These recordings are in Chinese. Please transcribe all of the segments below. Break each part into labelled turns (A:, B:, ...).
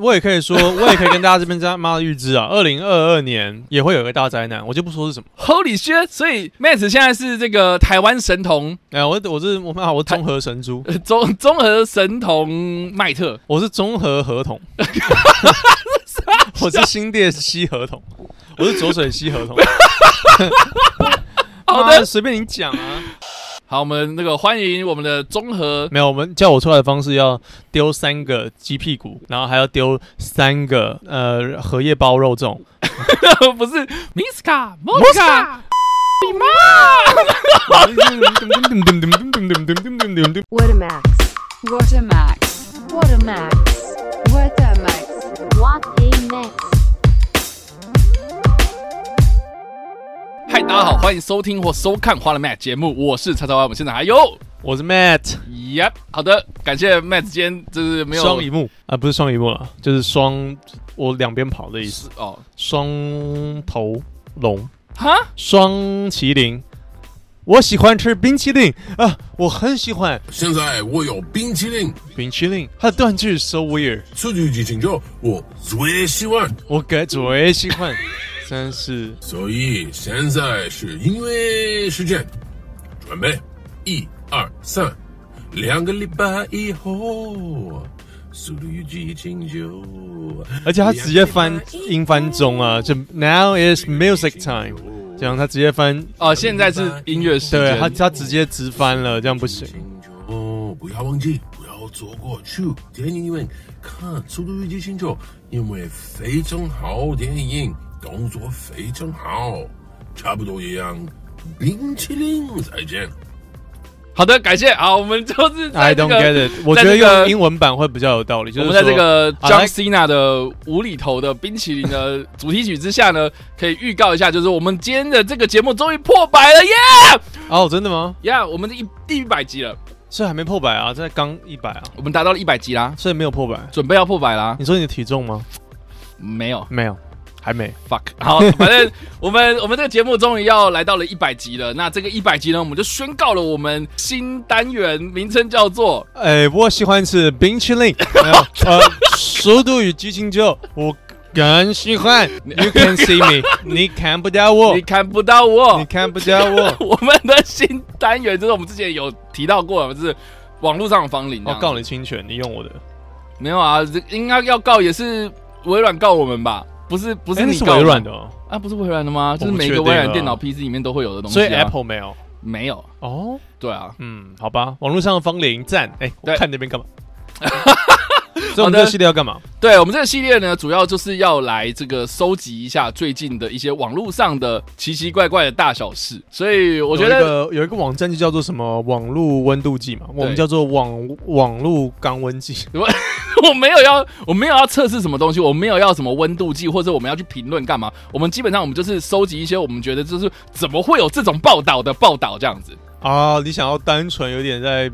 A: 我也可以说， 我也可以跟大家这边家妈的预知啊，二零二二年也会有一个大灾难，我就不说是什么。
B: Holy shit！所以 Matt 现在是这个台湾神童，
A: 哎、我我是我妈，我是综合神猪，
B: 呃综综合神童麦特。
A: 我是综合合 同，我是新店西合同，我是浊水溪合同。
B: 好的
A: 妈，随便你讲啊。
B: 好，我们那个欢迎我们的综合
A: 没有，我们叫我出来的方式要丢三个鸡屁股，然后还要丢三个呃荷叶包肉 粽。
B: 不是 Miska Moska。
C: What a max.
D: What a max.
C: What
D: What a
C: a max.
D: max.
C: What a max.
B: 嗨，大家好，欢迎收听或收看《花了 Matt》节目，我是叉叉 Y，我们现在还有
A: 我是 Matt，
B: ，Yep，好的，感谢 Matt 今天就是没有
A: 双荧幕啊，不是双荧幕了，就是双我两边跑的意思，
B: 哦，
A: 双头龙，
B: 哈，
A: 双麒麟。我喜欢吃冰淇淋啊，我很喜欢
E: 现在我有冰淇淋，
A: 冰淇淋。它的断句 so weird，
E: 这就已经叫我最喜欢。
A: 我该最喜 欢，真是
E: 所以现在是因为时间，准备，一二三，两个礼拜以后，速度与激情就。
A: 而且他直接翻英翻中啊，就 Now is music time，这样他直接翻，
B: 哦，现在是音乐时间，
A: 对他他直接直翻了，这样不行。
E: 星球，不要忘记，不要错过去电影院看《速度与激情》球，因为非常好电影，动作非常好，差不多一样。冰淇淋，再见。
B: 好的，感谢，好，我们就是在
A: I
B: 这
A: don't
B: 个
A: get it，我觉
B: 在
A: 得
B: 这个
A: 用英文版会比较有道理。就
B: 我
A: 是
B: 们在这
A: 说
B: 个
A: 啊
B: John
A: 来
B: Cena 的无厘头的冰淇淋的主题曲之下呢， 可以预告一下，就是我们今天的这个节目终于破百了耶！
A: 哦，真的吗？
B: 呀、我们一第一百集了，
A: 所以还没破百啊，这刚一百啊，
B: 我们达到了一百集啦，
A: 所以没有破百。
B: 准备要破百啦。
A: 你说你的体重吗？
B: 没有
A: 没有，还没。
B: ，fuck。好， 反正我们我们这个节目终于要来到了一百集了。那这个一百集呢，我们就宣告了我们新单元名称叫做
A: 哎，我喜欢吃冰淇 淋，没有呃，速度与激情就我更喜欢。You can see me，你看不到
B: “
A: 我
B: 你，看不到我
A: 哦 你”。看不到我。
B: 我们的新单元就是我们之前有提到过，就是网络上的芳龄。
A: 我哦告你侵权，你用我的。
B: 没有啊，这应该要告也是微软告我们吧？不是不是
A: 哎那
B: 你
A: 是
B: 告我
A: 微
B: 们
A: 软的哦，
B: 啊？不是微软的吗？就是
A: 我不
B: 每
A: 确
B: 个
A: 定
B: 微软
A: 啊
B: 电脑 PC 里面都会有的东西、
A: 所
B: 啊。
A: 以 Apple 没有
B: 没有
A: 哦。
B: 对啊，
A: 嗯，好吧，网络上的芳龄赞，哎、我
B: 对
A: 看那边干 嘛？所以我们这个系列要干嘛？
B: 对我们这个系列呢，主要就是要来这个收集一下最近的一些网络上的奇奇怪怪的大小事，所以我觉
A: 有一
B: 得。
A: 个有一个网站就叫做什么网络温度计嘛，我们叫做网网络肛温 计。
B: 我没有要，我没有要测试什么东西，我没有要什么温度计，或者我们要去评论干嘛？我们基本上我们就是收集一些我们觉得就是怎么会有这种报道的报道这样子。
A: 啊，你想要单纯有点在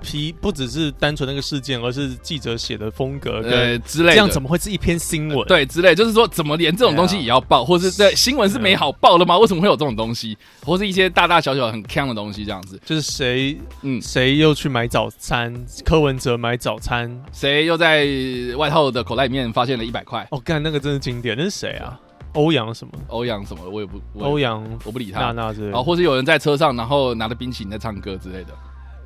A: 批，不只是单纯那个事件，而是记者写的风格跟
B: 呃之类的，
A: 这样怎么会是一篇新闻？，
B: 对之类，就是说怎么连这种东西也要报，或是对新闻是没好报的吗？为什么会有这种东西，或是一些大大小小很坑的东西这样子？
A: 就是谁
B: 嗯，
A: 谁又去买早餐，柯文哲买早餐，
B: 谁又在外套的口袋里面发现了一百块？
A: 哦，干那个真是经典，那是谁啊？欧阳什么？
B: 欧阳什么的，我也不，我
A: 欧
B: 也
A: 阳
B: 我不理
A: 娜
B: 他。
A: 娜之类的
B: 啊，或是有人在车上，然后拿着冰淇淋在唱歌之类的。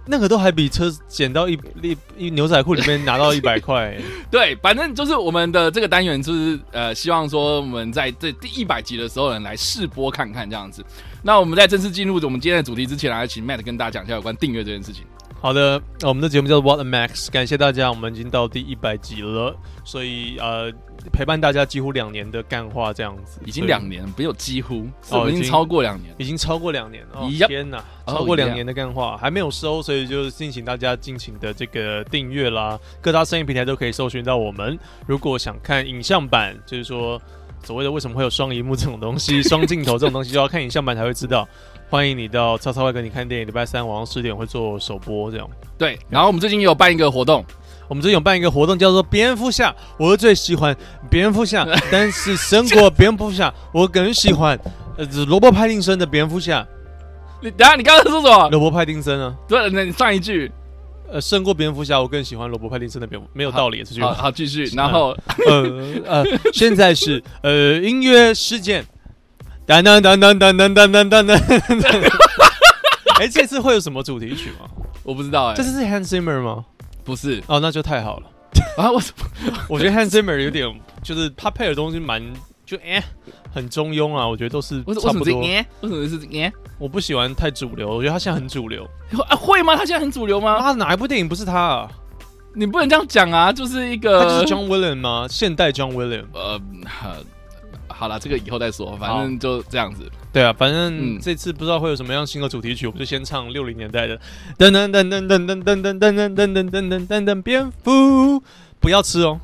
A: 那个都还比车捡到一一一牛仔裤里面拿到一百块，
B: 对，反正就是我们的这个单元，就是呃，希望说我们在这第一百集的时候呢，来试播看看这样子。那我们在正式进入我们今天的主题之前啊，请 Matt 跟大家讲一下有关订阅这件事情。
A: 好的，呃我们的节目叫做 What a Max，感谢大家，我们已经到第一百集了，所以呃陪伴大家几乎两年的干话这样子，
B: 已
A: 所
B: 经
A: 以
B: 两年，没有几乎，是
A: 哦
B: 我们已
A: 已
B: 经
A: 经
B: 超过两年。
A: 已经超过两年了，哦
B: Yup
A: 天哪，
B: Oh,
A: 超过两年的干话还没有收，所以就敬请大家敬请的这个订阅啦，各大声音平台都可以搜寻到我们。如果想看影像版，就是说所谓的为什么会有双荧幕这种东西、双镜头这种东西，就要看影像版才会知道。欢迎你到超超会跟你看电影，礼拜三晚上十点会做首播这样。
B: 对，然后我们最近也有办一个活动，
A: 我们最近有办一个活动，叫做蝙蝠侠，我最喜欢蝙蝠侠，但是神国蝙蝠侠我更喜欢，呃，罗伯派丁森的蝙蝠侠，
B: 你等一下你刚刚说什么？
A: 罗伯派丁森啊。
B: 对，那你上一句
A: 呃，胜过蝙蝠侠，我更喜欢罗伯·派丁森的蝙蝠，没有道理这句
B: 好
A: 话。
B: 好继续，然后
A: 呃呃，现在是呃音乐事件，当当当当当当当当当当。哎，这次会有什么主题曲吗？
B: 我不知道哎，
A: 这次是 Hans Zimmer 吗？
B: 不是
A: 哦，那就太好了。
B: 啊？我怎么
A: 我觉得 Hans Zimmer 有点，就是他配的东西蛮就哎、很中庸啊，我觉得都是
B: 我怎
A: 差
B: 我
A: 不
B: 怎么是
A: 多。
B: 耶？为什么是耶？
A: 我不喜欢太主流，我觉得他现在很主流。
B: 啊会吗？他现在很主流吗？
A: 啊，哪一部电影不是他啊？
B: 你不能这样讲啊，就是一
A: 他就
B: 个
A: 是 John William 吗？现代 John William。
B: 呃，呃好了，这个以后再说，反正就这样子。
A: 对啊，反正
B: 嗯
A: 这次不知道会有什么样新的主题曲，我们就先唱六零年代的噔噔噔噔噔噔噔噔噔噔噔噔噔噔噔蝙蝠，不要吃哦，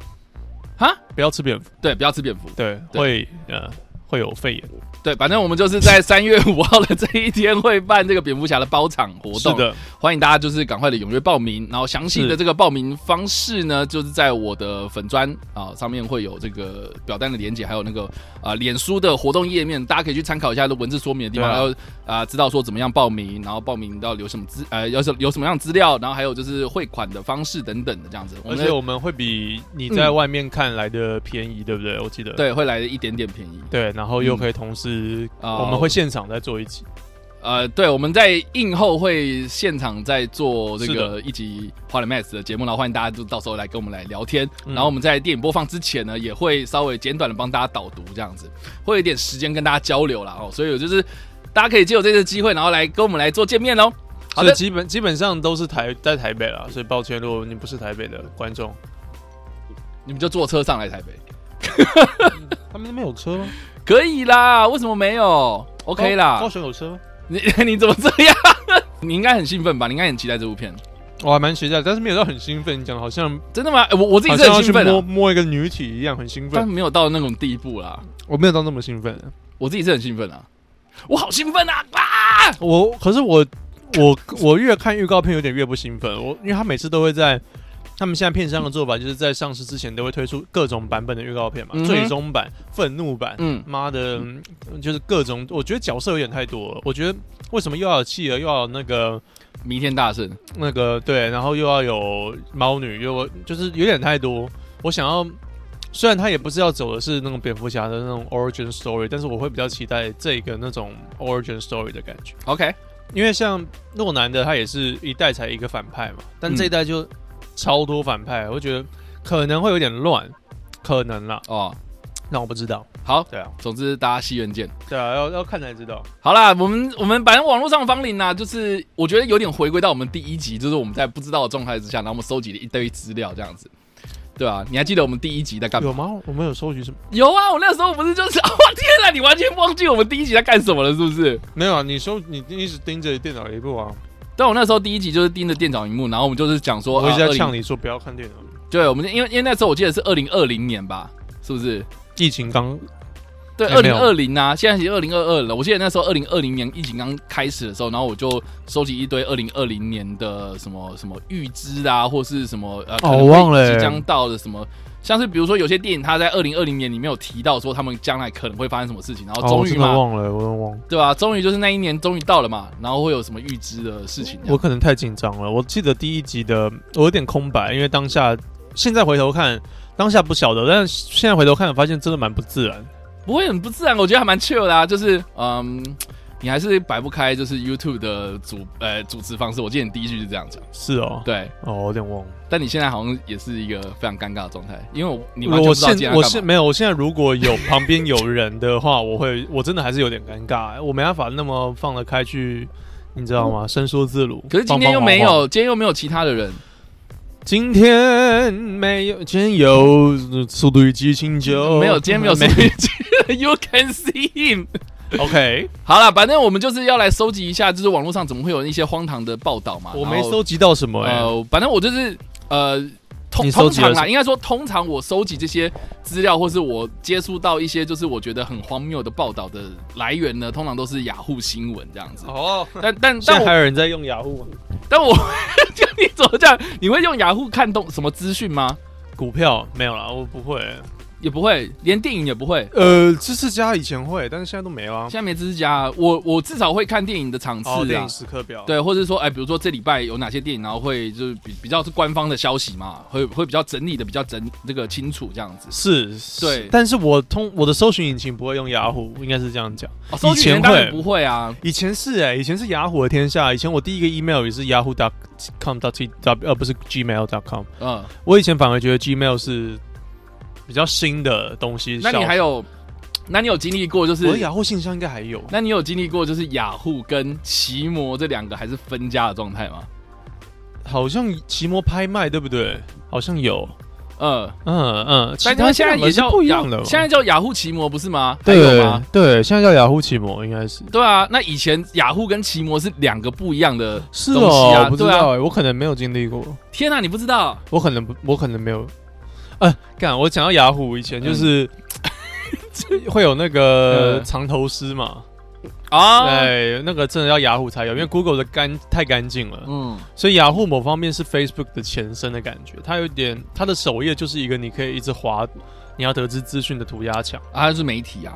B: 哈，
A: 不要吃蝙蝠，
B: 对，不要吃蝙蝠。
A: 对，
B: 对
A: 会呃会有肺炎。
B: 对，反正我们就是在三月五号的这一天会办这个蝙蝠侠的包场活
A: 是
B: 动，
A: 的，
B: 欢迎大家就是赶快的踊跃报名。然后详细的
A: 是
B: 这个报名方式呢，就是在我的粉砖啊上面会有这个表单的连接，还有那个啊脸书的活动页面，大家可以去参考一下这文字说明的地方，
A: 对啊
B: 然后啊知道说怎么样报名，然后报名到留什么资呃有什有什么样的资料，然后还有就是汇款的方式等等的这样子。我
A: 而
B: 们
A: 且
B: 的
A: 我们会比你在外面看来的便宜，对不对？我记得。
B: 对会来一点点便宜。
A: 对，然后又可以同时，
B: 哦
A: 我们会现场再做一集。
B: 呃，对，我们在映后会现场在做这
A: 是
B: 个
A: 的
B: 一集《花莲 Max》的节目，然后欢迎大家就到时候来跟我们来聊天。
A: 嗯
B: 然后我们在电影播放之前呢，也会稍微简短的帮大家导读，这样子会有一点时间跟大家交流啦。哦。所以我就是大家可以借由这次机会，然后来跟我们来做见面喽。好
A: 所
B: 的
A: 以，基本基本上都是台在台北啦，所以抱歉，如果你不是台北的观众，
B: 你们就坐车上来台北，
A: 他们那边有车吗
B: 可以啦？为什么没有？OK 啦
A: 高，雄有车吗？
B: 你 你怎么这样？你应该很兴奋吧？你应该很期待这部片，
A: 我哦还蛮期待，但是没有到很兴奋，你讲得好像
B: 真的吗？哎我我自己
A: 好
B: 是
A: 像
B: 很
A: 要去
B: 兴奋
A: 摸
B: 的，
A: 摸一个女体一样，很兴
B: 但
A: 奋。
B: 没有到那种地步啦。
A: 我没有到那么兴奋，
B: 我自己是很兴奋啊，我好兴奋啊！啊，
A: 我可是我我我越看预告片有点越不兴奋，我因为他每次都会在。他们现在片商的做法就是在上市之前都会推出各种版本的预告片嘛，
B: 嗯哼
A: 最终版、愤怒版，
B: 嗯，
A: 妈的，嗯就是各种，我觉得角色有点太多了。我觉得为什么又要有企鹅，又要有那个
B: 弥天大圣，
A: 那个对，然后又要有猫女，又就是有点太多。我想要，虽然他也不是要走的是那种蝙蝠侠的那种 origin story，但是我会比较期待这个那种 origin story 的感觉。
B: ，OK，
A: 因为像诺南的他也是一代才一个反派嘛，但这一代就超多反派，我觉得可能会有点乱，可能啦，
B: 哦，
A: 那我不知道。
B: 好，
A: 对啊，
B: 总之大家西元见。
A: 对啊，要要看才知道。
B: 好啦，我们我们反正网络上芳龄呐、就是我觉得有点回归到我们第一集，就是我们在不知道的状态之下，然后我们收集了一堆资料这样子，对啊，你还记得我们第一集在干嘛？
A: 啊有吗？我们有收集什么？
B: 有啊，我那时候不是就是， 哇天哪，你完全忘记我们第一集在干什么了，是不是？
A: 没有啊，你收你你一直盯着电脑一部啊，
B: 对，我那时候第一集就是盯着电脑荧幕，然后我们就是讲说，
A: 我一直在
B: 啊
A: 呛
B: 20
A: 你说不要看电脑。
B: 对，我们因为因为那时候我记得是二零二零年吧，是不是？
A: 疫情刚
B: 对，二
A: 哎没
B: 零
A: 有
B: 二零啊，现在已经二零二二了。我记得那时候二零二零年疫情刚开始的时候，然后我就收集一堆二零二零年的什么什么预知啊，或是什么呃，可能
A: 我忘了
B: 会即
A: 欸
B: 将到的什么，像是比如说有些电影它在二零二零年里面有提到说他们将来可能会发生什么事情，然后
A: 哦，我
B: 终于
A: 真的
B: 嘛，
A: 忘了，我都忘了，
B: 对吧、啊终于就是那一年终于到了嘛，然后会有什么预知的事情这样？
A: 我可能太紧张了。我记得第一集的我有点空白，因为当下现在回头看，当下不晓得，但是现在回头看发现真的蛮不自然。
B: 不会很不自然，我觉得还蛮 chill 的啊，就是嗯。你还是摆不开，就是 YouTube 的主呃主持方式。我记得你第一句是这样讲，
A: 是哦，
B: 对，
A: 哦，我有点忘了。
B: 但你现在好像也是一个非常尴尬的状态，因为我你完全
A: 我
B: 不知道今天
A: 现
B: 要
A: 我
B: 干
A: 是
B: 嘛。
A: 没有，我现在如果有旁边有人的话，我 会我真的还是有点尴尬，我没办法那么放得开去，你知道吗？伸缩自如。
B: 嗯可是今
A: 放
B: 天
A: 放
B: 又没
A: 晃晃
B: 有，今天又没有其他的人。
A: 今天没有，今天有《速度与激情九》，
B: 嗯没有，今天没有 谁。You can see him。
A: OK，
B: 好了，反正我们就是要来收集一下，就是网络上怎么会有一些荒唐的报道嘛。
A: 我
B: 然
A: 没
B: 后
A: 收集到什么哎、
B: 呃，反正我就是呃，通
A: 你
B: 通
A: 收集了
B: 常啦，
A: 什
B: 应该说通常我收集这些资料，或是我接触到一些就是我觉得很荒谬的报道的来源呢，通常都是雅虎新闻这样子。
A: 哦，
B: 但但
A: 现
B: 但
A: 在
B: 我
A: 还有人在用雅虎吗
B: 但我就你怎么这样？你会用雅虎看懂什么资讯吗？
A: 股票没有啦，我不会、
B: 也不会，连电影也不会。
A: 呃，知识家以前会，但是现在都没了
B: 现。在没知识家，我我至少会看电影的场次
A: 哦，电
B: 啊
A: 影，时刻表，，
B: 对，或者说，哎，比如说这礼拜有哪些电影，然后会就是比比较是官方的消息嘛，会会比较整理的比较整那个清楚这样子。
A: 是，
B: 对
A: 是但是我通我的搜寻引擎不会用雅虎，应该是这样讲。
B: 哦，搜
A: 以
B: 寻
A: 前
B: 员当然
A: 会
B: 不会啊，
A: 以前是哎、以前是雅虎的天下。以前我第一个 email 也是 yahoo.com. dot t w 呃不是 gmail.com。
B: 嗯，
A: 我以前反而觉得 Gmail 是比较新的东西。
B: 那你还
A: 有
B: 有，那你有经历过就
A: 我的
B: 是，
A: 雅虎信箱应该还有，
B: 那你有经历过就是雅虎跟奇摩这两个还是分家的状态吗？
A: 好像奇摩拍卖对不对？好像有，
B: 嗯，
A: 嗯嗯。
B: 但
A: 其他
B: 它现在
A: 两个
B: 也
A: 是
B: 叫
A: 不一
B: 雅
A: 样的，
B: 现在叫雅虎奇摩不是吗？还有
A: 对
B: 吗？
A: 对，现在叫雅虎奇摩应该是。
B: 对啊，那以前雅虎跟奇摩是两个不一样的
A: 是
B: 东西
A: 哦，
B: 啊
A: 我不知
B: 对啊
A: 道、欸，我可能没有经历过，
B: 天啊，你不知道？
A: 我可能不，我可能没有。呃，干，我讲到雅虎以前就是、 会有那个
B: 嗯
A: 藏头诗嘛，
B: 啊，
A: 对，那个真的要雅虎才有，因为 Google 的干太干净了，
B: 嗯，
A: 所以雅虎某方面是 Facebook 的前身的感觉，它有点它的首页就是一个你可以一直滑，你要得知资讯的涂鸦墙。
B: 啊，就是媒体啊。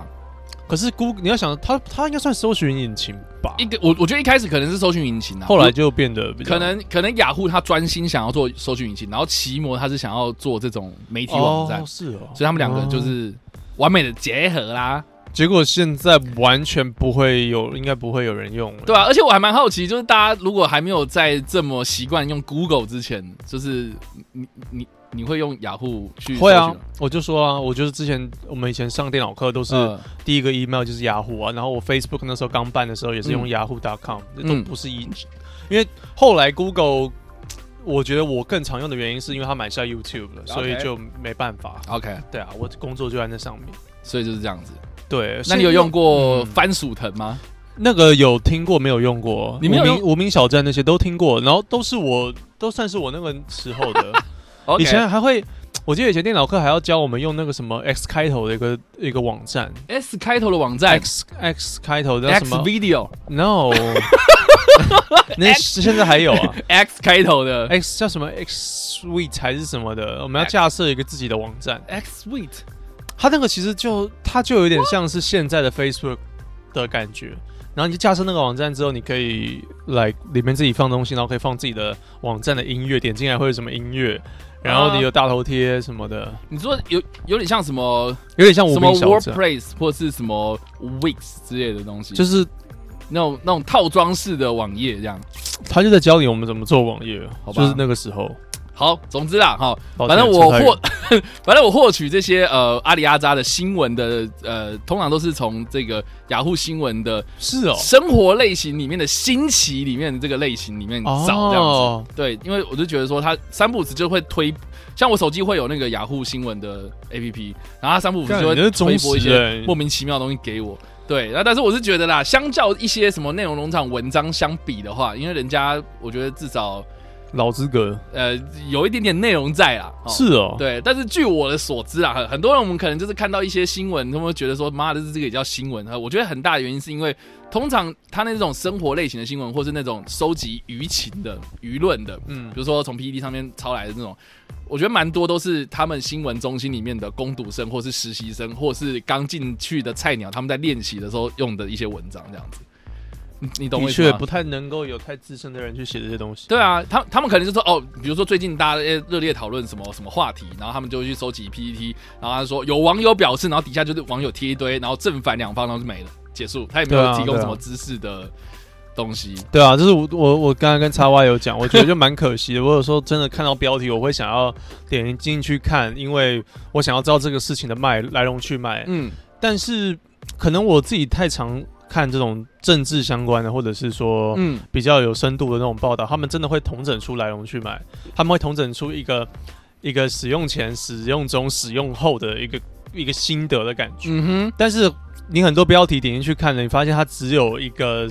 A: 可是 Google 你要想它它应该算搜寻引擎吧
B: 一，个我我觉得一开始可能是搜寻引擎啊，
A: 后来就啊变得比较
B: 嗯可能可能雅虎它专心想要做搜寻引擎，然后奇摩它是想要做这种媒体网站，
A: 哦是哦，
B: 所以他们两个就
A: 哦
B: 是完美的结合啦，
A: 结果现在完全不会有，应该不会有人用了。
B: 对啊，而且我还蛮好奇，就是大家如果还没有在这么习惯用 Google 之前，就是你你你会用雅虎去
A: 会啊
B: 搜寻吗，
A: 我就说啊，我就是之前我们以前上电脑课都是
B: 嗯
A: 第一个 email 就是雅虎啊，然后我 Facebook 那时候刚办的时候也是用 Yahoo.com，、
B: 嗯
A: 都不是一，因为后来 Google，我觉得我更常用的原因是因为他买下 YouTube 了，所以
B: OK
A: 就没办法。
B: OK，
A: 对啊，我工作就在那上面。
B: 所以就是这样子。
A: 对，
B: 那
A: 所以
B: 你有用过
A: 嗯
B: 番薯藤吗？
A: 那个有听过没有用过？
B: 你没有
A: 无
B: 用
A: 名无名小站那些都听过，然后都是我都算是我那个时候 的。
B: OK
A: 以前啊还会，我记得以前电脑课还要教我们用那个什么 X 开头的一个一个网站
B: S 开头的网站
A: ，X X 开头的
B: X
A: 什么
B: Video
A: No，那现在还有 啊
B: X 开头的
A: ，X 叫什么 X Suite 还是什么的，我们要架设一个自己的网站。
B: X Sweet
A: 它那个其实就它就有点像是现在的 Facebook 的感觉。然后你就架设那个网站之后，你可以来里面自己放东西，然后可以放自己的网站的音乐，点进来会有什么音乐，然后
B: 啊
A: 你有大头贴什么的，
B: 你说有有点像什么
A: 有点像无
B: 什么
A: 名小站，
B: WordPress 或是什么 Wix 之类的东西，就
A: 就是是
B: 那种那种套装式的网页这样。
A: 他就在教你我们怎么做网页，
B: 好吧
A: 就是那个时候。
B: 好，总之啦，哈，
A: 抱
B: 反
A: 歉
B: 正我
A: 扯太
B: 获
A: 远，
B: 反正我获取这些呃阿里阿扎的新闻的呃，通常都是从这个雅虎新闻的
A: 是哦，
B: 生活类型里面的新奇里面的这个类型里面找这样子。
A: 哦，
B: 对，因为我就觉得说，它三不五时就会推，像我手机会有那个雅虎新闻的 APP，然后它三不五时
A: 干
B: 就会
A: 你是忠
B: 推播一
A: 实
B: 些
A: 欸
B: 莫名其妙的东西给我。对，然后但是我是觉得啦，相较一些什么内容农场文章相比的话，因为人家我觉得至少
A: 老资格
B: 呃有一点点内容在啦。哦
A: 是哦，
B: 对，但是据我的所知啊，很很多人我们可能就是看到一些新闻，他们会觉得说，妈的，这个也叫新闻啊？我觉得很大的原因是因为，通常他那种生活类型的新闻，或是那种收集舆情的、舆论的，
A: 嗯
B: 嗯，比如说从 PPT 上面抄来的那种，我觉得蛮多都是他们新闻中心里面的攻读生，或是实习生，或是刚进去的菜鸟，他们在练习的时候用的一些文章，这样子，你你懂我
A: 的
B: 意思
A: 确
B: 吗
A: 不？太能够有太资深的人去写这些东西。
B: 对啊，他他们可能就说哦，比如说最近大家呃热烈讨论什么什么话题，然后他们就去收集 PPT，然后他哦说哦有网友表示，然后底下就是网友贴一堆，然后正反两方，然后就没了，结束，他也没
A: 对
B: 有
A: 啊
B: 提供
A: 对啊
B: 什么知识的东西。
A: 对啊，就是我我我刚才跟叉 Y 有讲，我觉得就蛮可惜的。我有时候真的看到标题，我会想要呃点进去看，因为我想要知道这个事情的脉来龙去脉。
B: 嗯，
A: 但是可能我自己太常看这种政治相关的，或者是说
B: 嗯，
A: 比较有深度的那种报道，他们真的会统整出来龙去脉，他们会统整出一个一个使用前、使用中、使用后的一个一个心得的感觉。
B: 嗯哼，
A: 但是你很多标题点进去看了，你发现它只有一个，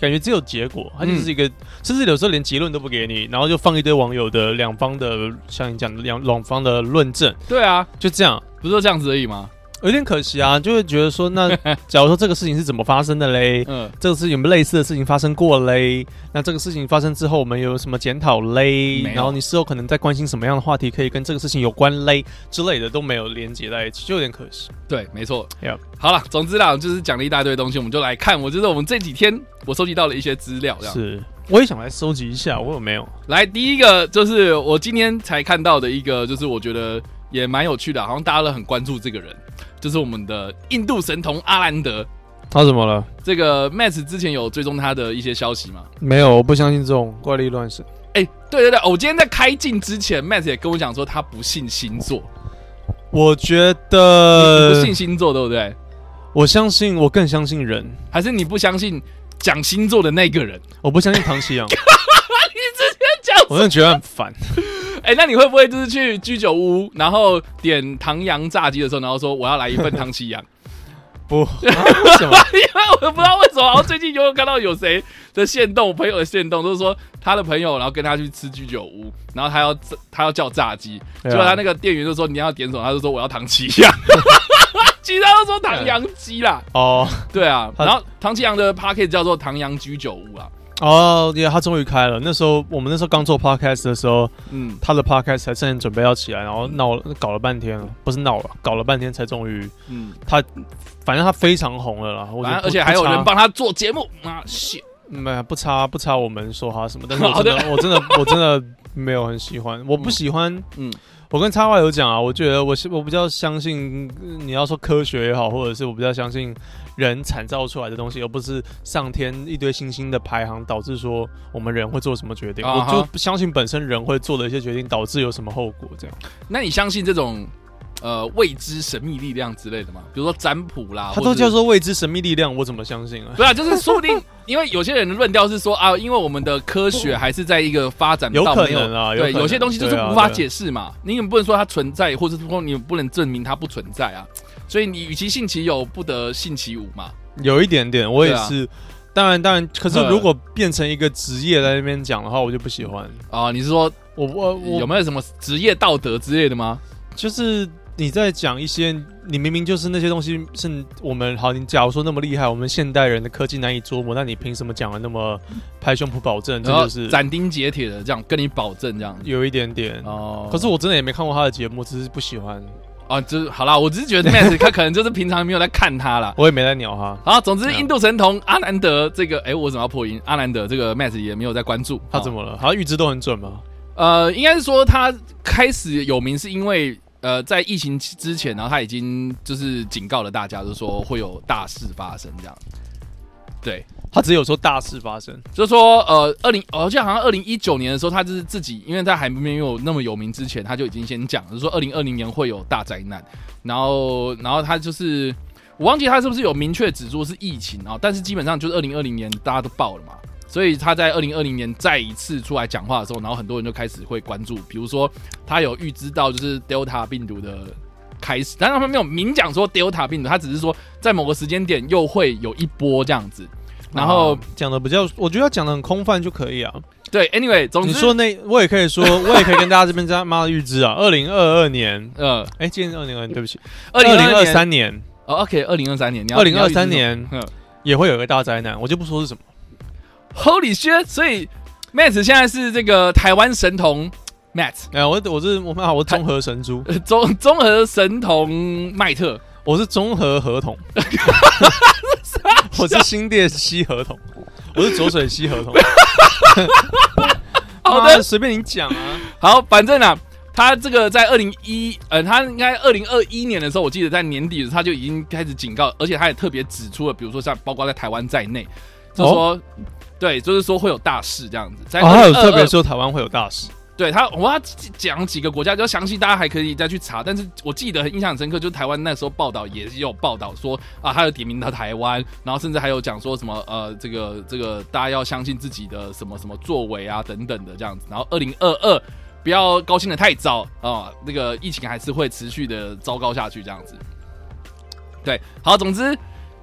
A: 感觉只有结果，它就是一
B: 嗯
A: 个，甚至有时候连结论都不给你，然后就放一堆网友的两方的，像你讲的两两方的论证，
B: 对啊，
A: 就这样。
B: 不是就这样子而已吗？
A: 有点可惜啊，就会觉得说， 那假如说这个事情是怎么发生的嘞？
B: 嗯，
A: 这个事情有没有类似的事情发生过嘞？那这个事情发生之后，我们有什么检讨嘞？
B: 没有
A: 然后你事后可能在关心什么样的话题，可以跟这个事情有关嘞之类的都没有连接在一起，就有点可惜。
B: 对，没错。
A: Yep
B: 好了，总之啦，就是讲了一大堆东西，我们就来看。我就是我们这几天我收集到了一些资料，这样。
A: 是，我也想来收集一下，我有没有？
B: 来，第一个就是我今天才看到的一个，就是我觉得也蛮有趣的，好像大家都很关注这个人，就是我们的印度神童阿兰德。
A: 他怎么了？
B: 这个 Max 之前有追踪他的一些消息吗？
A: 没有，我不相信这种怪力乱神。
B: 哎、对对对，我今天在开镜之前，Max 也跟我讲说他不信星座，
A: 我觉
B: 你
A: 得
B: 不信星座对不对？
A: 我相信，我更相信人，
B: 还是你不相信讲星座的那个人？
A: 我不相信唐奇 阳，
B: 你直接讲
A: 我真的觉得很烦。
B: 哎、那你会不会就是去居酒屋，然后点唐扬炸鸡的时候，然后说我要来一份唐奇羊？
A: 不，啊为什么？
B: 因为我不知道为什么，然后最近有看到有谁的线动，我朋友的线动，就是说他的朋友，然后跟他去吃居酒屋，然后他要他要叫炸鸡，结
A: 对啊
B: 果他那个店员就说你要点什么，他就说我要唐奇羊， 其实他就说唐扬鸡啦，
A: 哦
B: 对啊，
A: 他
B: 然后唐奇羊的 p a c k a g e 叫做唐扬居酒屋啊，
A: 哦，耶！他终于开了。那时候我们那时候刚做 podcast 的时候，
B: 嗯，
A: 他的 podcast 才正准备要起来，然后闹了搞了半天了，不是闹了，搞了半天才终于，
B: 嗯，
A: 他反正他非常红了嗯啦。我觉得
B: 反正
A: 不
B: 而且还有人
A: 不差
B: 帮他做节目，妈 shit，
A: 没有不差不差我们说他什么，但是我真的我真的我真的没有很喜欢，我不喜欢。
B: 嗯
A: 嗯，我跟插画有讲啊，我觉得我是我比较相信呃你要说科学也好，或者是我比较相信人产造出来的东西，而不是上天一堆星星的排行导致说我们人会做什么决定。
B: 啊哈
A: 我就不相信本身人会做的一些决定导致有什么后果这样。
B: 那你相信这种呃未知神秘力量之类的吗？比如说占卜啦，
A: 他
B: 啊或
A: 都
B: 是
A: 叫做未知神秘力量，我怎么相信啊？
B: 对啊，就是说不定，因为有些人的论调是说啊，因为我们的科学还是在一个发展
A: 有
B: 到
A: 可
B: 没有
A: 能啊，
B: 对，
A: 可能
B: 有些东西就是
A: 对啊
B: 无法
A: 对啊
B: 解释嘛，你也不能说它存在，或者说你不能证明它不存在啊。所以你与其信其有，不得信其无嘛。
A: 有一点点，我也
B: 对啊
A: 是。当然，当然，可是
B: 呃
A: 如果变成一个职业在那边讲的话，我就不喜欢。
B: 啊，你是说
A: 我我我
B: 有没有什么职业道德之类的吗？
A: 就是你在讲一些，你明明就是那些东西是我们好，你假如说那么厉害，我们现代人的科技难以捉摸，那你凭什么讲的那么拍胸脯保证？这
B: 然后
A: 就是
B: 斩钉截铁的这样跟你保证这样。
A: 有一点点。
B: 哦，
A: 可是我真的也没看过他的节目，只是不喜欢，
B: 啊，就是好啦，我只是觉得 Max 他可能就是平常没有在看他啦。
A: 我也没在鸟他。
B: 好，总之
A: 对啊
B: 印度神童阿南德这个，哎、我为什么要破音？阿南德这个 Matt 也没有在关注，
A: 他怎
B: 么？
A: 么了？他预知都很准吗？
B: 呃，应该是说他开始有名是因为。呃，在疫情之前，然后他已经就是警告了大家，就是说会有大事发生这样。对，
A: 他只有说大事发生，
B: 就是说呃，二零，我记得好像二零一九年的时候，他就是自己，因为在还没有那么有名之前，他就已经先讲，就是说二零二零年会有大灾难，然后，然后他就是我忘记他是不是有明确指出是疫情啊、但是基本上就是二零二零年大家都爆了嘛，所以他在二零二零年再一次出来讲话的时候，然后很多人就开始会关注，比如说他有预知到就是 Delta 病毒的。开始，但是他们没有明讲说 Delta 病毒，他只是说在某个时间点又会有一波这样子，然后、
A: 啊讲的比较，我觉得他讲的很空泛就可以啊。
B: 对，anyway，总之
A: 你说那我也可以 说，我也可以跟大家这边家妈的预知啊，二零二二年，
B: 呃，
A: 哎、今年二零二，对不起，
B: 二零
A: 二
B: 二三
A: 三年
B: ，OK，二零二三年，你要
A: 2023
B: 你要预
A: 年
B: 知什么
A: 也会有一个大灾难，我就不说是什么。
B: 嗯 Holy shit！所以 Matt 现在是这个台湾神童 Matt，
A: 哎、我我是我啊，我综合神猪，
B: 呃综综合神童麦特。
A: 我是综合合 同，我是新店西合同，我是浊水溪合同。
B: 好的
A: 妈，随便你讲啊。
B: 好，反正啊，他这个在二零一，呃，他应该二零二一年的时候，我记得在年底的时候他就已经开始警告，而且他也特别指出了，比如说像包括在台湾在内，就说、对，就是说会有大事这样子。在
A: 哦，还有特
B: 2022
A: 别说台湾会有大事，
B: 对他，我要讲几个国家，就详细大家还可以再去查。但是我记得很印象很深刻，就是台湾那时候报道也有报道说啊，他有点名到台湾，然后甚至还有讲说什么呃，这个这个大家要相信自己的什么什么作为啊等等的这样子。然后二零二二不要高兴的太早啊、那个疫情还是会持续的糟糕下去这样子。对，好，总之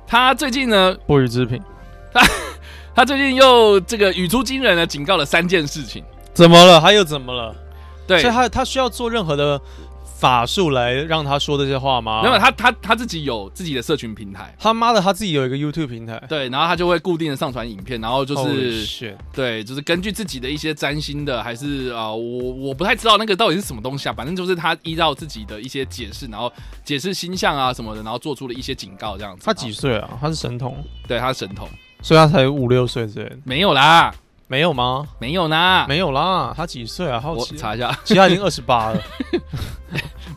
B: 他最近呢，
A: 不予置评。
B: 他最近又这个语出惊人的警告了三件事情。
A: 怎么了？他又怎么了？
B: 对，
A: 所以他他需要做任何的法术来让他说这些话吗？
B: 没有，他他他自己有自己的社群平台，
A: 他妈的他自己有一个 YouTube 平台，
B: 对，然后他就会固定的上传影片，然后就是
A: Holy shit
B: 对，就是根据自己的一些占星的，还是啊、呃我我不太知道那个到底是什么东西啊，反正就是他依照自己的一些解释，然后解释星象啊什么的，然后做出了一些警告这样子。
A: 他几岁啊？他是神童，
B: 对他是神童
A: 所以他才五六岁之类的，
B: 没有啦，
A: 没有吗？
B: 没有啦，
A: 没有啦，他几岁啊？好
B: 我
A: 奇，
B: 查一下，
A: 其实他已经二十八 了，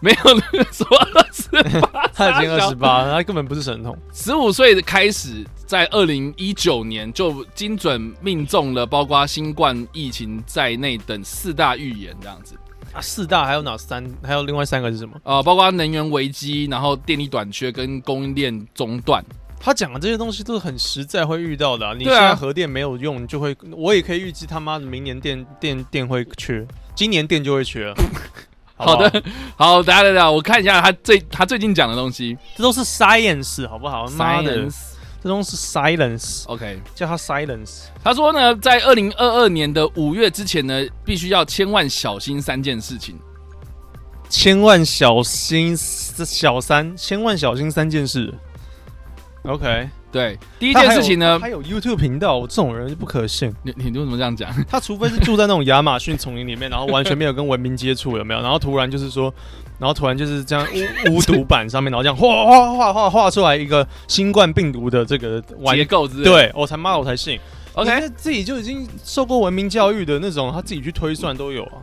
B: 没 有什么二十八，
A: 他已经二
B: 傻
A: 十
B: 小
A: 八，他根本不是神童。
B: 十五岁的开始，在二零一九年就精准命中了包括新冠疫情在内等四大预言，这样子。
A: 啊，四大还有哪三？还有另外三个是什么？
B: 呃，包括能源危机，然后电力短缺跟供应链中断。
A: 他讲的这些东西都是很实在会遇到的、啊。你现
B: 对啊
A: 在核电没有用，你就会，我也可以预计他妈的明年电电电会缺，今年电就会 缺了。
B: 好
A: 不好，
B: 的，好，大家等等，我看一下他最他最近讲的东西。
A: 这都是 science 好不好？妈的
B: Science
A: 这都是 silence，
B: OK，
A: 叫他 silence。
B: 他说呢，在二零二二年的五月之前呢，必须要千万小心三件事情。
A: 千万小心小三，千万小心三件事。OK，
B: 对，第
A: 第
B: 一件事情呢，
A: 还有 YouTube 频道，我这种人就不可 信。
B: 你你为什么这样讲？
A: 他除非是住在那种亚马逊丛林里面，然后完全没有跟文明接触，有没有？然后突然就是说，然后突然就是 这样巫巫毒板上面，然后这样画画画画画出来一个新冠病毒的这个玩
B: 结构之类的。
A: 对我才妈我才信。
B: ，OK，
A: 人家自己就已经受过文明教育的那种，他自己去推算都有啊。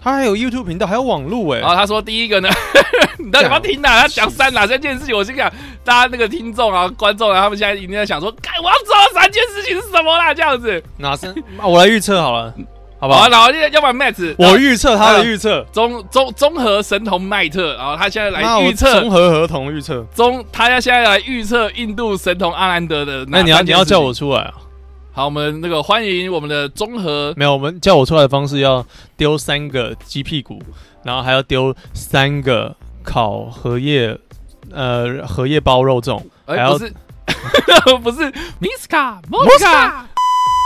A: 他还有 YouTube 频道，还有网路哎、
B: 然后他说第一个呢， 你到底要不要听啊？他讲三哪三件事情？我心想，大家那个听众啊、观众啊，他们现在一定在想说，干我要知道三件事情是什么啦，这样子。
A: 哪三？ 啊我来预测好了，好不
B: 好，
A: 好？啊
B: 然后要要不然 Matt，
A: 我预测他的预测，
B: 综综综合神童麦特，然后他现在
A: 那
B: 来
A: 我
B: 预测
A: 综合合同预测。
B: 中，他要现在来预测印度神童阿兰德的哪
A: 那你要
B: 三
A: 你
B: 件
A: 要
B: 事情
A: 叫我出来啊？
B: 好，我们那个欢迎我们的综合
A: 没有，我们叫我出来的方式要丢三个鸡屁股，然后还要丢三个烤荷叶，呃，荷叶包肉 粽，还
B: 哎，
A: 要
B: 不是， 不是 Miska Moska，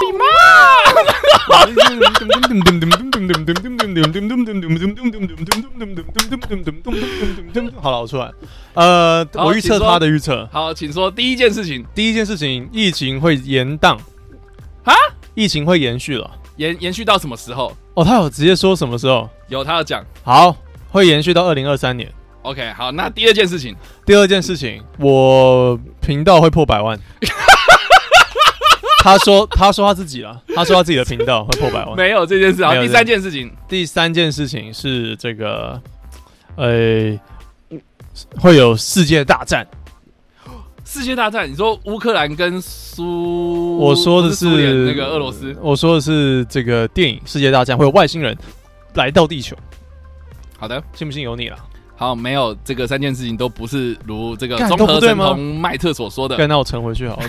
B: 你妈！
A: 好了，我出来。呃，
B: 好
A: 我预测
B: 请说
A: 他的预测，
B: 好，请说第一件事情
A: 第一件事情，疫情会延宕
B: 啊，
A: 疫情会延续了。
B: 延延续到什么时候？
A: 哦，他有直接说什么时候？
B: 有他要讲。
A: 好，会延续到二零二三年。
B: OK，好，那第二件事情，
A: 第二件事情，我频道会破百 万。他说，他说他自己了，他说他自己的频道会破百万。
B: 没有这件事。好，
A: 没有
B: 第三件事情，
A: 第三件事情是这个，呃，会有世界大战。
B: 世界大战，你说乌克兰跟苏，
A: 我说的
B: 不
A: 是
B: 苏联那个俄罗斯。
A: 我说的是这个电影《世界大战》会有外星人来到地球，
B: 好的，
A: 信不信由你了。
B: 好，没有这个三件事情都不是如这个
A: 干
B: 综
A: 都不
B: 合
A: 对
B: 神
A: 吗
B: 童麦特所说的。
A: 干，那我沉回去好了。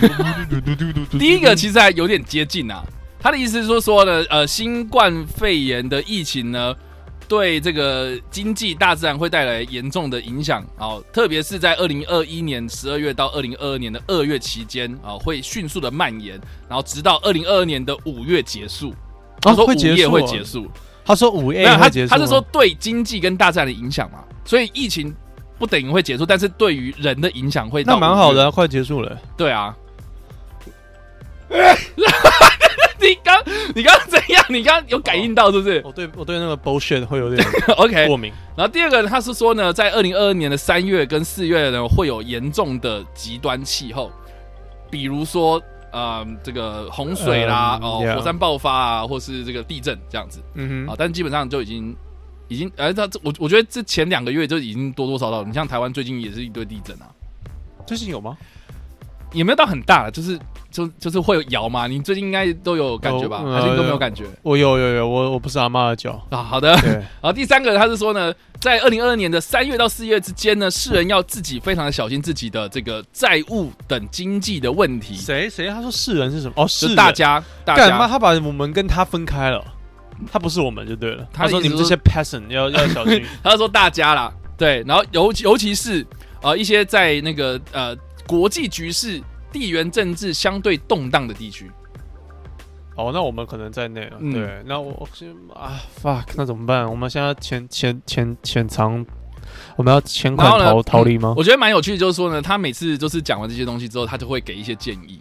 B: 第一个其实还有点接近啊，他的意思是说说呢，呃，新冠肺炎的疫情呢，对这个经济大自然会带来严重的影响哦，特别是在二零二一年十二月到二零二二年的二月期间啊、哦会迅速的蔓延，然后直到二零二二年的五月结束。他
A: 啊
B: 说五
A: 会结
B: 月
A: 束
B: 会
A: 啊
B: 结束，
A: 他说五 A
B: 没有
A: 会
B: 他
A: 结束
B: 他是
A: 吗
B: 说对经济跟大自然的影响嘛，所以疫情不等于会结束，但是对于人的影响会到
A: 那蛮好的
B: 5
A: 啊，快结束了。
B: 月，对啊。你刚你刚刚怎样？你刚刚有感应到是不是
A: 我对我对那个 bullshit 会 有点
B: ？OK，
A: 过敏。
B: 然后第二个，他是说呢，在二零二二年的三月跟四月呢，会有严重的极端气候，比如说呃，这个洪水啦，
A: 嗯
B: 哦，
A: yeah
B: 火山爆发啊，或是这个地震这样子。
A: 嗯
B: 啊
A: 哼，，
B: 但基本上就已经已经，哎、这这我我觉得这前两个月就已经多多少少，你像台湾最近也是一堆地震啊，
A: 最近有吗？
B: 也没有到很大了，就是就就是会有摇嘛，你最近应该都有感觉吧？
A: 有
B: 还是你都
A: 呃
B: 没有感觉？
A: 我有有有，我我不是阿妈的脚。
B: 啊， 好的。
A: 对，
B: 然后第三个，他是说呢，在二零二二年的三月到四月之间呢，世人要自己非常的小心自己的这个债务等经济的问题，
A: 谁谁他说世人是什么？哦，
B: 就是是大家大
A: 干嘛？
B: 家
A: 他把我们跟他分开了，他不是我们就对了。
B: 他
A: 他
B: 的
A: 说
B: 意
A: 你
B: 思
A: 们这些 peasant 要要小 心。
B: 他说大家啦，对，然后尤其尤其是呃一些在那个呃国际局势、地缘政治相对动荡的地区，
A: 哦，那我们可能在内了。
B: 嗯
A: 对，那我我是啊，fuck，那怎么办？我们现在潜潜潜潜藏我们要钱款
B: 然后呢嗯
A: 逃逃离吗？
B: 我觉得蛮有趣，就是说呢，他每次就是讲完这些东西之后，他就会给一些建议。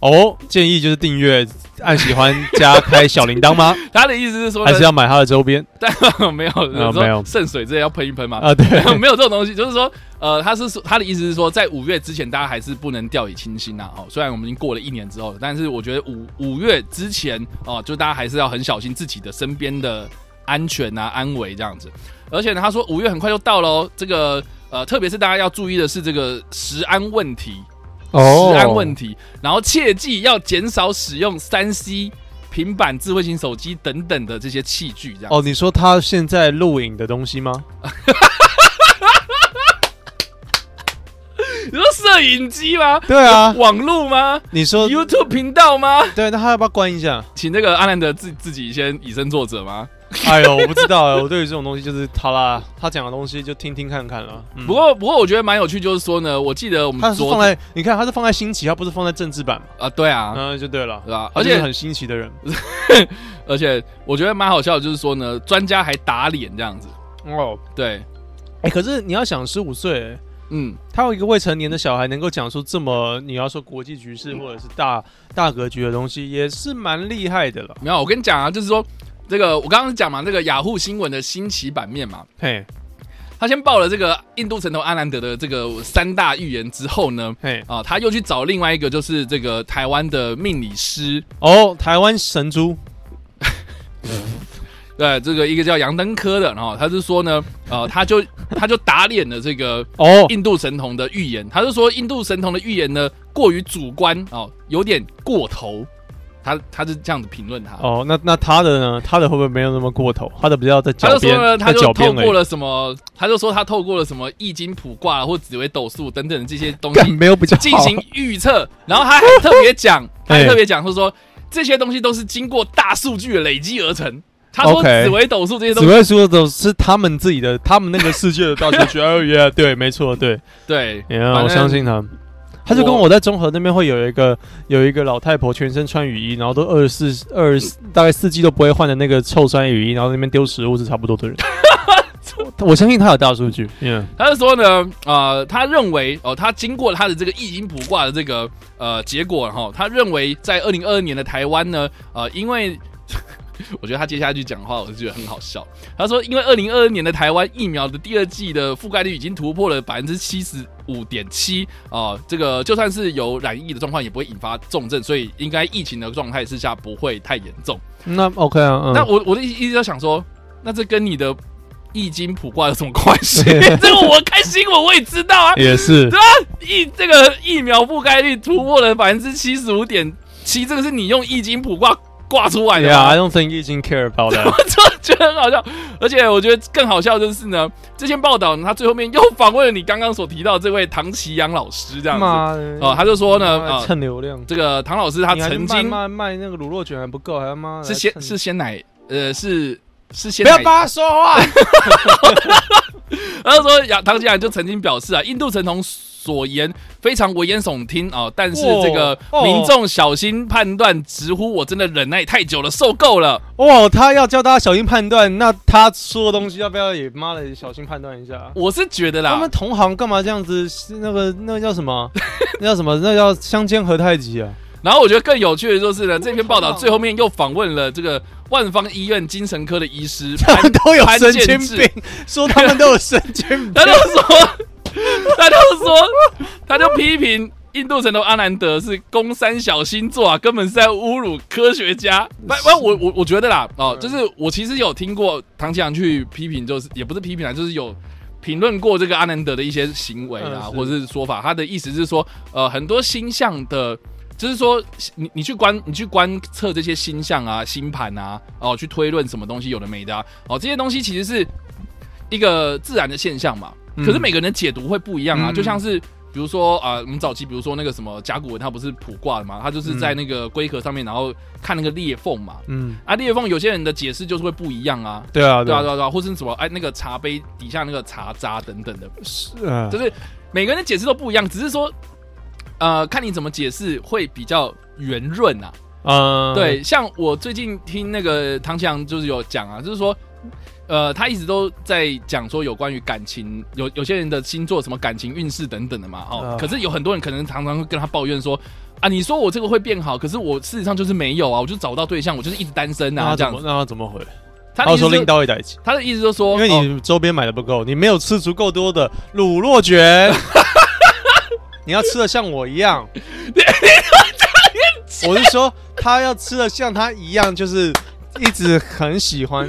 A: 哦，建议就是订阅、按喜欢、加开小铃铛 吗？
B: 他的意思是说呢，
A: 还是要买它的周边
B: 没有有时候
A: 没有
B: 圣水之类要喷一喷嘛？
A: 啊？ 对，
B: 没有这种东西，就是说，呃，他是说他的意思是说，在五月之前，大家还是不能掉以轻心呐、哦，虽然我们已经过了一年之后了，但是我觉得五五月之前哦，就大家还是要很小心自己的身边的安全啊、安危这样子。而且呢，他说五月很快就到了哦，这个呃，特别是大家要注意的是这个食安问题，
A: 哦
B: 食安问题，然后切记要减少使用三 C、平板、智慧型手机等等的这些器具，这样子
A: 哦，你说他现在录影的东西吗？
B: 你说摄影机吗？
A: 对 啊
B: 网路吗
A: 你说
B: ？YouTube 频道吗？
A: 对，那他要不要关一 下？
B: 请那个阿兰德自自己先以身作则吗？
A: 哎呦，我不知道哎，我对于这种东西就是他啦，他讲的东西就听听看看了。嗯
B: 不过不过我觉得蛮有趣，就是说呢，我记得我们
A: 他是
B: 昨
A: 放在你看，他是放在新奇，他不是放在政治版嘛？
B: 啊，对啊，
A: 嗯，就对了
B: 对。吧？
A: 他
B: 而
A: 就是
B: 且
A: 很新奇的人
B: 而且我觉得蛮好笑的，就是说呢，专家还打脸这样子，
A: 哦。
B: 对，
A: 哎，可是你要想十五岁，
B: 嗯，
A: 他有一个未成年的小孩能够讲出这么你要说国际局势或者是大大格局的东西，也是蛮厉害的了。
B: 没有，我跟你讲啊，就是说这个我刚刚讲嘛，那个雅虎新闻的新奇版面嘛，
A: 嘿，
B: 他先报了这个印度神童阿兰德的这个三大预言之后呢。
A: 嘿，
B: 啊，他又去找另外一个，就是这个台湾的命理师，
A: 哦，台湾神猪，
B: 对，这个一个叫杨登科的，然后他是说呢，呃，他就 他就打脸了这个
A: 哦，
B: 印度神童的预言，他就说印度神童的预言呢过于主观哦，有点过头，他他是这样子评论他。
A: 哦，那那他的呢？他的会不会没有那么过头？他的比较在
B: 他
A: 脚
B: 就说
A: 边
B: 呢，，他
A: 在
B: 就
A: 脚
B: 透
A: 边而
B: 过
A: 已。
B: 了什么？他就说他透过了什么易经卜卦啊或紫微斗数等等这些 东
A: 干
B: 西
A: 没有比较好
B: 进行预测，然后他还特别讲， 他还特别讲，说说这些东西都是经过大数据的累积而成。他说
A: OK
B: 紫微斗数这些东
A: 紫
B: 西，
A: 薇说的是他们自己的，他们那个世界的大结局。 哦耶，对，没错，对，
B: 对，
A: yeah,
B: 反
A: 我
B: 正
A: 相信他。他就跟
B: 我
A: 我在中和那边会有一个有一个老太婆，全身穿雨衣，然后都二十四二十大概四季都不会换的那个臭酸雨衣，然后那边丢食物是差不多 的人。我相信他有大数据。嗯，
B: 他是说呢，呃，他认为哦、他经过他的这个易经卜卦的这个呃结果哈、他认为在二零二二年的台湾呢，呃，因为 我觉得他接下去讲话，我就觉得很好笑。他说，因为二零二二年的台湾疫苗的第二季的覆盖率已经突破了百分之七十五点七啊，这个就算是有染疫的状况，也不会引发重症，所以应该疫情的状态之下不会太严重。
A: 那 OK 啊，嗯，
B: 那我我的意一直在想说，那这跟你的易经卜卦有什么关 系？这个我看新闻我也知道啊，
A: 也是
B: 对啊，疫这个疫苗覆盖率突破了百分之七十五点七，这个是你用易经卜卦挂出来的
A: ，Yeah，I
B: 吗。
A: don't think you can care about that
B: 我。就觉得很好笑，而且我觉得更好笑的就是呢，这篇报道呢，他最后面又访问了你刚刚所提到这位唐奇阳老师 这样子
A: 妈
B: 哦，他就说呢，
A: 妈
B: 啊、
A: 蹭流量，
B: 这个唐老师他
A: 你还是
B: 曾
A: 卖
B: 经
A: 卖卖那个乳酪卷还不够，还要妈
B: 是
A: 先
B: 鲜是鲜奶，呃，是是鲜
A: 不
B: 奶
A: 要帮他说 话。
B: 然后说杨唐吉安就曾经表示啊，印度神童所言非常危言耸听哦，但是这个
A: 哦哦
B: 民众小心判断，直呼我真的忍耐太久了，受够了。
A: 哇，他要教大家小心判断，那他说的东西要不要也妈的小心判断一下？
B: 我是觉得
A: 他
B: 啦
A: 们，同行干嘛这样子？是那个那个叫什么？ 那叫什么？那叫相煎何太急啊！
B: 然后我觉得更有趣的就是呢，这篇报道最后面又访问了这个万方医院精神科的医师
A: 他
B: 潘
A: 们都有
B: 潘
A: 神
B: 建
A: 经
B: 志
A: 病，说他们都有神 经病
B: 他就说，他就说，他就批评印度神童阿南德是攻三小星座啊，根本是在侮辱科学家。不不，我我我觉得啦，哦，就是我其实有听过唐启阳去批评，就是也不是批评啦，啊就是有。评论过这个阿南德的一些行为啊，
A: 嗯是
B: 或者是说法，他的意思是说，呃，很多星象的就是说，你你去观你去观测这些星象啊、星盘啊，哦，去推论什么东西有的没的啊，哦，这些东西其实是一个自然的现象嘛。
A: 嗯
B: 可是每个人的解读会不一样啊，
A: 嗯
B: 就像是比如说啊、我们早期比如说那个什么甲骨文，它不是卜卦的嘛，它就是在那个龟壳上面，然后看那个裂缝嘛。
A: 嗯，
B: 啊，裂缝有些人的解释就是会不一样啊。
A: 对啊，
B: 对啊，
A: 啊，
B: 对啊，对啊，或是什么哎，那个茶杯底下那个茶渣等等的，
A: 是啊
B: 就，是每个人的解释都不一样，只是说，呃，看你怎么解释会比较圆润啊。
A: 嗯，
B: 对，像我最近听那个唐强就是有讲啊，就是说呃，他一直都在讲说有关于感情，有有些人的星座什么感情运势等等的嘛，
A: 啊
B: 哦，可是有很多人可能常常会跟他抱怨说。啊，你说我这个会变好，可是我事实上就是没有啊，我就找不到对象，我就是一直单身
A: 那
B: 啊，
A: 他怎
B: 这样
A: 么
B: 子。
A: 那他怎么回？
B: 他的
A: 他
B: 意思
A: 说
B: 就
A: 拎到一台起，
B: 他的意思就是说，
A: 因为
B: 哦
A: 你周边买的不够，你没有吃足够多的乳酪 卷，你要吃的像我一样。我是说，他要吃的像他一样，就是一直很喜 欢。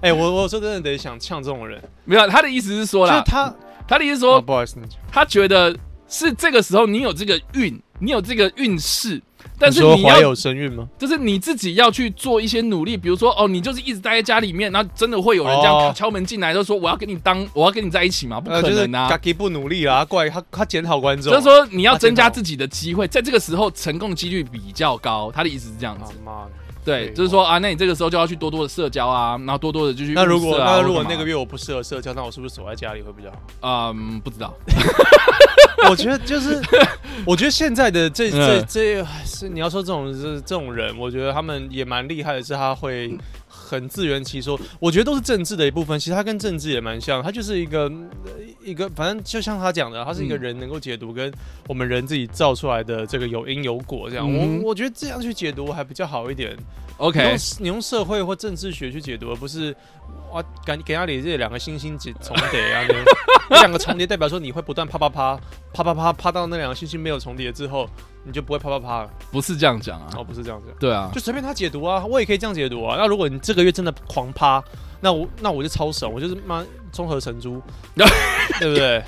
A: 哎、我我说真的得想呛这种人，
B: 没有，他的意思是说
A: 就
B: 啦
A: 是，他，
B: 他的意思是
A: 哦、
B: 说，
A: 不好意思，你讲
B: 他觉得是这个时候你有这个运，你有这个运势，但是
A: 你说
B: 你
A: 怀
B: 要
A: 有身孕吗？
B: 就是你自己要去做一些努力，比如说哦，你就是一直待在家里面，然后真的会有人这
A: 哦呃
B: 样敲门进来，就说我要跟你当，我要跟你在一起吗？不可
A: 就是
B: 能啊！
A: Gaki 不努力啦，怪他他检讨观众。
B: 就是说你要增加
A: 他检讨
B: 自己的机会，在这个时候成功的几率比较高。他的意思是这样
A: 啊
B: 子，
A: 妈的，
B: 对，
A: 对
B: 就是说啊，那你这个时候就要去多多的社交啊，然后多多的就去、
A: 那如果
B: 啊、
A: 那如果
B: 或者干嘛
A: 那个月我不适合社交，那我是不是守在家里会比较好？
B: 嗯不知道，
A: 我觉得 就是，我觉得现在的这这
B: 嗯
A: 这是你要说这种这这种人，我觉得他们也蛮厉害的，是他会很自圆其说。我觉得都是政治的一部分，其实他跟政治也蛮像，他就是一个呃一个，反正就像他讲的，他是一个
B: 嗯
A: 人能够解读跟我们人自己造出来的这个有因有果这样。
B: 嗯哼
A: 我我觉得这样去解读还比较好一点。你
B: OK，
A: 用你用社会或政治学去解读，而不是哇，感给阿里这两个星星解重叠 啊，那两个重叠代表说你会不断啪啪啪啪啪啪啪到那两个星星没有重叠之后，你就不会啪啪啪了。
B: 不是这样讲啊，
A: 哦，不是这样子，
B: 对啊，
A: 就随便他解读啊，我也可以这样解读啊。那如果你这个月真的狂啪，那我那我就超爽，我就是妈综合神 猪，对不对？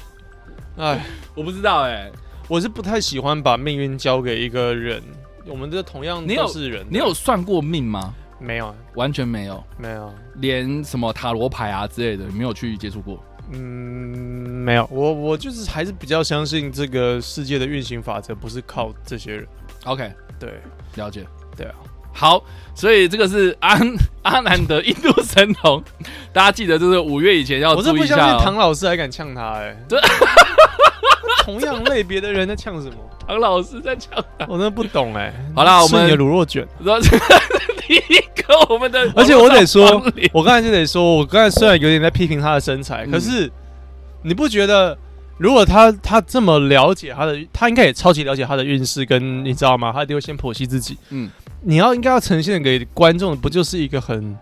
A: 哎，
B: 我不知道哎、
A: 我是不太喜欢把命运交给一个人。我们这同样
B: 你有
A: 都是人，
B: 你有算过命吗？
A: 没有啊？
B: 完全没有，
A: 没有啊。
B: 连什么塔罗牌啊之类的，没有去接触过。
A: 嗯，没有，我我就是还是比较相信这个世界的运行法则，不是靠这些人。
B: OK，
A: 对
B: 了解。
A: 对啊，
B: 好，所以这个是阿 阿南德印度神童， 大家记得就是五月以前要
A: 我是
B: 注意
A: 不
B: 一
A: 相
B: 下、
A: 信
B: 哦
A: 唐。老师还敢呛他哎、欸。
B: 对
A: 同样类别的人在呛什 么？
B: 唐老师在讲，
A: 我真的不懂哎、
B: 好啦我
A: 是
B: 们
A: 你的乳酪 卷。
B: 说第一个我们的，
A: 而且我得说
B: 网里，
A: 我刚才就得说，我刚才虽然有点在批评他的身材，
B: 嗯
A: 可是你不觉得，如果他他这么了解他的，他应该也超级了解他的运势，跟你知道吗？他一定会先剖析自己。
B: 嗯
A: 嗯，你要应该要呈现给观众，不就是一个很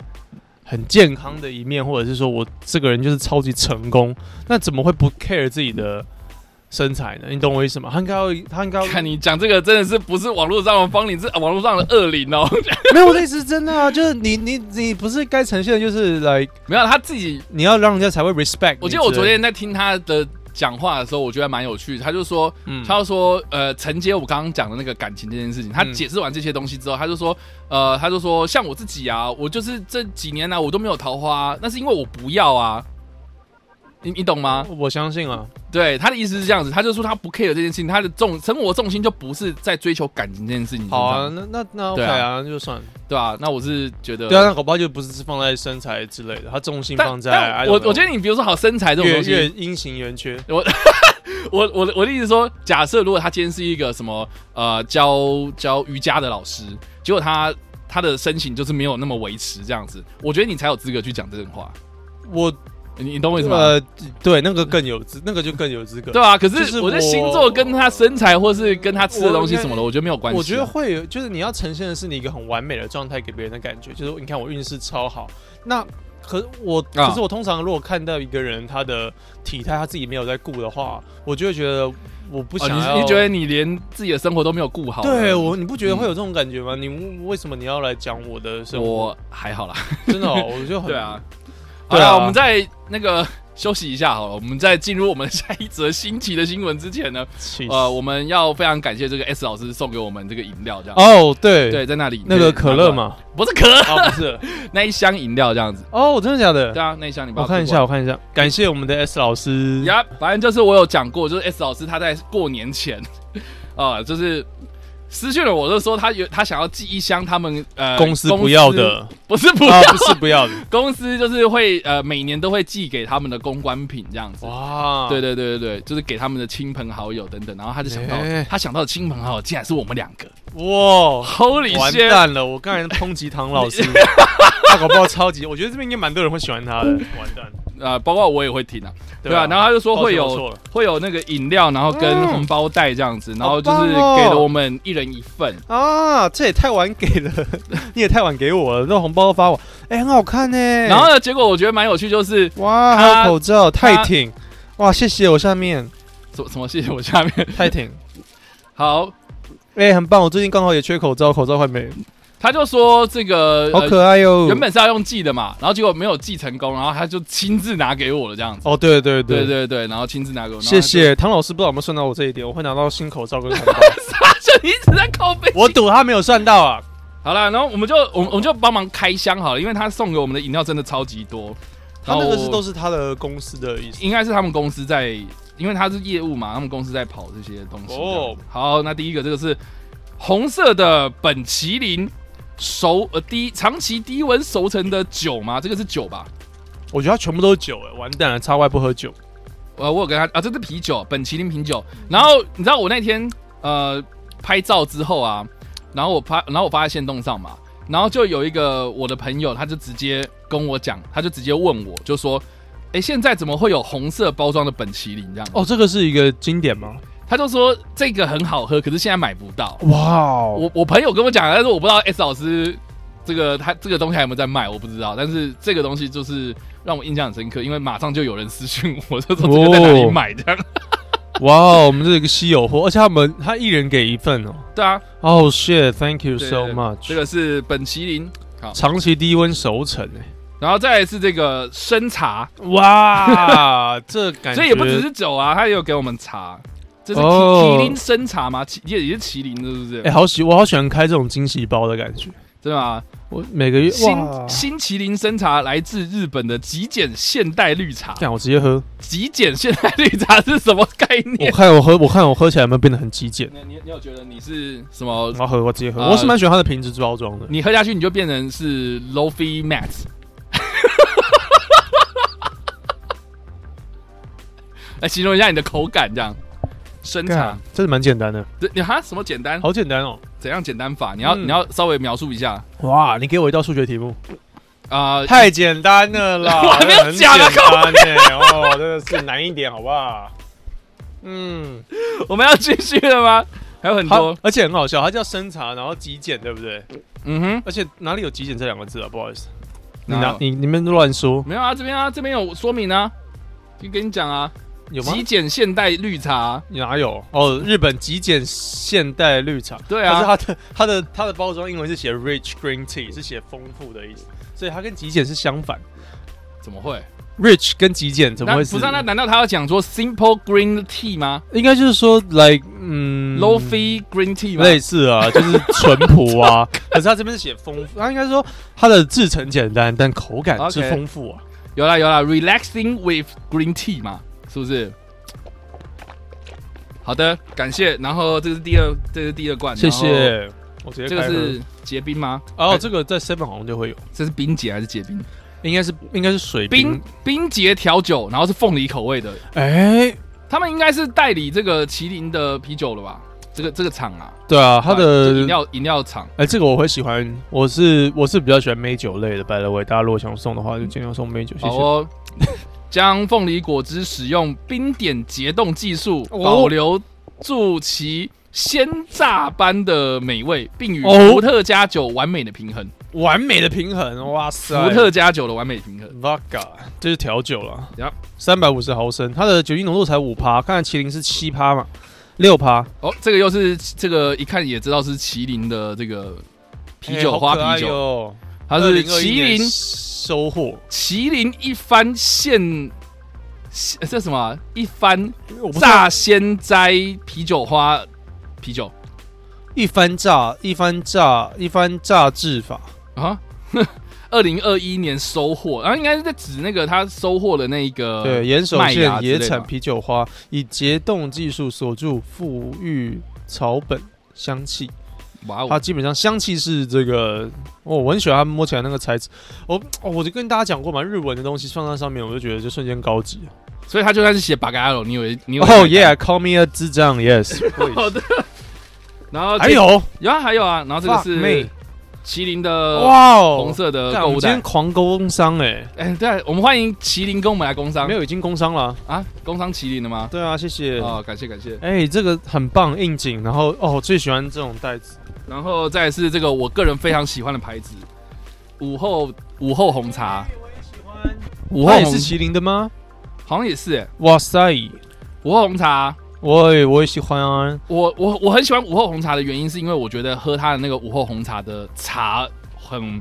A: 很健康的一面，或者是说我这个人就是超级成功，那怎么会不 care 自己的身材呢？你懂我意思吗？他应该要，他应该要
B: 看你讲这个真的是不是网络上的芳龄，是网络上的恶灵哦。
A: 没有我的意思，是真的啊，就是你你你不是该呈现的，就是来、like,
B: 没有他自己，
A: 你要让人家才会 respect 你之类的。
B: 我记得我昨天在听他的讲话的时候，我觉得还蛮有趣的。他就说，
A: 嗯
B: 他就说，呃，承接我刚刚讲的那个感情这件事情，他
A: 嗯
B: 解释完这些东西之后，他就说，呃，他就说，像我自己啊，我就是这几年来、啊我都没有桃花、那是因为我不要啊。你你懂吗？
A: 我相信啊，
B: 对，他的意思是这样子，他就说他不 care 这件事情，他的重生活重心就不是在追求感情这件事情身上，
A: 好啊，那那那 OK
B: 对啊
A: 啊，那就算了。
B: 对吧、那我是觉得，
A: 对啊，那搞不好就不是放在身材之类的，他重心放
B: 但
A: 在
B: 但
A: I
B: 我
A: don't know，
B: 我觉得你比如说好身材这种
A: 越
B: 东西，
A: 越阴晴圆缺，
B: 我我的我的意思是说，假设如果他今天是一个什么呃教教瑜伽的老师，结果他他的身形就是没有那么维持这样子，我觉得你才有资格去讲这种话，
A: 我
B: 你你懂我意思吗？
A: 呃对那个更有资，那个就更有资格。
B: 对啊，可
A: 就是是
B: 我觉得
A: 我
B: 星座跟他身材或是跟他吃的东西什么的，
A: 我
B: 我觉得没有关系啊。
A: 我觉得会有，就是你要呈现的是你一个很完美的状态给别人的感觉，就是你看我运势超好。那可我，
B: 啊
A: 可是我通常如果看到一个人他的体态他自己没有在顾的话，我就会觉得我不
B: 哦
A: 想要。
B: 你你觉得你连自己的生活都没有顾好？
A: 对我，你不觉得
B: 嗯
A: 会有这种感觉吗？你为什么你要来讲我的生活？
B: 我 还好啦。
A: 真的、哦，我就很
B: 对啊，好
A: 对
B: 了，
A: 啊
B: 我们再那个休息一下好了，我们在进入我们下一则新奇的新闻之前呢，
A: 气死。
B: 呃，我们要非常感谢这个 S 老师送给我们这个饮料，这样。
A: 哦，对，
B: 对，在那里
A: 那个可乐，嘛，
B: 不是可乐，
A: 啊，不是，
B: 那一箱饮料这样子。
A: 哦，真的假
B: 对
A: 的？
B: 啊，那一箱你帮
A: 我看一
B: 付
A: 下，
B: 过
A: 我看一下，感谢我们的 S 老师
B: 来。呀，反正就是我有讲过，就是 S 老师他在过年前， 啊，就是私讯了我，就说他有他想要寄一箱他们呃
A: 公司不要，的
B: 不是不
A: 啊
B: 要，，
A: 不是不要的，
B: 公司就是会呃每年都会寄给他们的公关品这样子。
A: 哇，
B: 对，对对对对，就是给他们的亲朋好友等等，然后他就想到，
A: 哎
B: 他想到的亲朋好友竟然是我们两个
A: 哇，
B: ，Holy
A: 完
B: shit！
A: 蛋了，我刚才抨击唐老师， 他搞不好超级，我觉得这边应该蛮多人会喜欢他的。完蛋，
B: 呃，包括我也会听啊，对吧、
A: 啊
B: 然后他就说
A: 抱歉
B: 会
A: 我错
B: 有
A: 了
B: 会有那个饮料，然后跟红包袋这样子，然后就是
A: 好棒哦
B: 给了我们一人一份。
A: 啊，这也太晚给了， 你也太晚给我了，那红包都发我，哎、很好看呢、
B: 然后呢，结果我觉得蛮有趣，就是
A: 哇，还
B: 他
A: 有口罩，
B: 他
A: 太挺，哇，谢谢我下面
B: 什么什么，谢谢我下面
A: 太挺，
B: 好，
A: 哎、很棒，我最近刚好也缺口罩，口罩快没了，
B: 他就说这个
A: 好
B: 呃
A: 可爱哟、
B: 原本是要用寄的嘛，然后结果没有寄成功，然后他就亲自拿给我了这样子。
A: 哦，对对
B: 对
A: 对
B: 对对，然后亲自拿给我，然后
A: 谢
B: 他就。
A: 谢唐老师，不知道有没有算到我这一点，我会拿到新口 罩跟红包，
B: 他就一直在靠背。
A: 我赌他没有算到啊。
B: 好了，然后我们就我们我们就帮忙开箱好了，因为他送给我们的饮料真的超级多。
A: 他那个是
B: 然后
A: 都是他的公司的意思。
B: 应该是他们公司在，因为他是业务嘛，他们公司在跑这些东西。哦
A: 哦，
B: 好，那第一个这个是红色的本麒麟熟呃低长期低温熟成的酒吗？这个是酒吧？
A: 我觉得他全部都是酒、哎，完蛋了，插外不喝酒。
B: 呃，我有跟他啊，这是啤酒，本麒麟啤酒。然后你知道我那天呃拍照之后啊，然后我拍，然后我发在线动上嘛，然后就有一个我的朋友，他就直接跟我讲，他就直接问我，就说，哎、现在怎么会有红色包装的本麒麟这样？
A: 哦，这个是一个经典吗？
B: 他就说这个很好喝，可是现在买不到。
A: 哇哦，
B: 我我朋友跟我讲，但是我不知道 S 老师这个他这个东西还有没有在卖，我不知道。但是这个东西就是让我印象很深刻，因为马上就有人私讯我，就说这个在哪里买这 样。
A: 哇哦，我们这是一个稀有货，而且他们他一人给一份哦。
B: 对啊
A: 哦、shit，thank you
B: 对
A: so
B: 对
A: much。
B: 这个是本麒麟，
A: 长期低温熟成、哎。
B: 然后再来是这个生茶，
A: 哇，这感觉，
B: 所以也不只是酒啊，他也有给我们茶。这是麒
A: 哦
B: 麒麟生茶吗？麒也也是麒麟的，是不是？
A: 哎、好喜，我好喜欢开这种惊喜包的感觉。
B: 真的吗？
A: 我每个月
B: 新
A: 哇，
B: 新麒麟生茶来自日本的极简现代绿茶。
A: 看我直接 喝，
B: 极简现代绿茶是什么概
A: 我
B: 念？
A: 看我喝，我看我喝起来有没有变得很极简。
B: 你你你有觉得你是什么
A: 我？要喝，我直接喝。
B: 呃
A: 我是蛮喜欢它的瓶子包装的。
B: 你喝下去你就变成是 lofi mat。来形容一下你的口感，这样生茶
A: 干，，真的蛮简单的，
B: 对你哈什么简单？
A: 好简单哦。
B: 怎样简单法？你要、
A: 嗯
B: 你要稍微描述一下
A: 哇，你给我一道数学题目，
B: 啊、呃
A: 太简单了 啦！
B: 我还没有讲啊
A: 很简单呢。哦，真的是难一点，好不好？嗯，
B: 我们要继续了吗？还有很
A: 好
B: 多，，
A: 而且很好笑，它叫生茶，然后极简，对不对？
B: 嗯哼，
A: 而且哪里有极简这两个字啊？不好意思，你
B: 哪
A: 拿
B: 有
A: 你你们乱说
B: 没有啊，这边啊，这边有说明啊，就跟你讲啊，
A: 有吗
B: 极？简现代绿茶、
A: 哪有？哦，日本极简现代绿茶。
B: 对
A: 可是它
B: 啊，
A: 的它的它的包装英文是写 rich green tea，是写丰富的意思，所以它跟极简是相反。
B: 怎么会？
A: rich 跟极简怎么
B: 那
A: 会
B: 不是、啊、那难道他要讲说 simple green tea 吗、
A: 应该就是说，like，嗯
B: l o f i green tea 吗？
A: 类似啊， 就是淳朴啊。可是它这边是写丰富，它应该说它的制成简单，但口感是
B: OK
A: 丰富啊。
B: 有啦有啦，relaxing with green tea 嘛，是不是？好的，感谢。然后这是第二，这是第二罐，
A: 谢
B: 然后。
A: 谢，我直接
B: 这个
A: 开喝
B: 是结冰吗？
A: 哦，这个在 seven 好像就会有，
B: 这是冰结还是结冰？
A: 应该是应该是水
B: 冰
A: 冰。
B: 冰结调酒，然后是凤梨口味的。
A: 哎，
B: 他们应该是代理这个麒麟的啤酒了吧？这个这个厂啊，
A: 对啊，它
B: 这
A: 的
B: 饮料饮料厂。
A: 哎、这个我会喜欢，我是我是比较喜欢美酒类的。By the way，大家如果想送的话，就尽量送美酒，谢
B: 好
A: 谢。
B: 哦， 将凤梨果汁使用冰点结冻技术，
A: 哦
B: 保留住其鲜榨般的美味，并与
A: 哦
B: 伏特加酒完美的平衡。
A: 完美的平衡，哇塞！
B: 伏特加酒的完美平衡，
A: Vodka 这是调酒了
B: Yep，
A: 三百五十毫升，它的酒精浓度才五趴，刚才麒麟是七趴嘛，六趴。
B: 哦，这个又是这个一看也知道是麒麟的这个啤酒、
A: 哎
B: 花啤，酒，
A: 好可
B: 它
A: 爱哟
B: 是
A: 2021
B: 麒
A: 年
B: 麟
A: 收获，
B: 麒麟一番现。现这什么啊一番
A: 我不知道
B: 炸鲜摘啤酒花啤酒
A: 一番榨，一番榨，一番榨制法。
B: 啊？ 二零二一年收获，啊然后应该是在指那个他收获的那一个
A: 对，岩手
B: 呃麦芽
A: 县
B: 之类
A: 野
B: 的
A: 产啤酒花以结冻技术锁住馥郁草本香气。
B: 哇
A: 它
B: 哦，
A: 基本上香气是这个，哦，我很喜欢它摸起来那个材质。我、哦、我就跟大家讲过嘛，日文的东西放在上面，我就觉得就瞬间高级。
B: 所以他就算是写 b a g a l o 你以为你以为
A: 哦、yeah，call me a 智障，yes。
B: 好的。然后这
A: 还有，
B: 有啊还有啊，然后这个
A: 妹
B: 是麒麟的
A: 哇哦，
B: 红色的
A: 干
B: 购
A: 我们
B: 物
A: 今天
B: 袋。
A: 狂工商哎，
B: 哎，对啊，我们欢迎麒麟跟我们来工商
A: 没有已经工商了，
B: 啊，工商麒麟的吗？
A: 对啊，谢谢。
B: 哦，感谢感谢。
A: 哎、这个很棒，应景。然后哦，我最喜欢这种袋子，
B: 然后再来是这个我个人非常喜欢的牌子，午后午后红茶，午后
A: 它也
B: 红
A: 是麒麟的吗？
B: 好像也是哎，
A: 哇塞，
B: 午后红茶。
A: 我也我也喜欢啊。
B: 我我我很喜欢午后红茶的原因，是因为我觉得喝它的那个午后红茶的茶很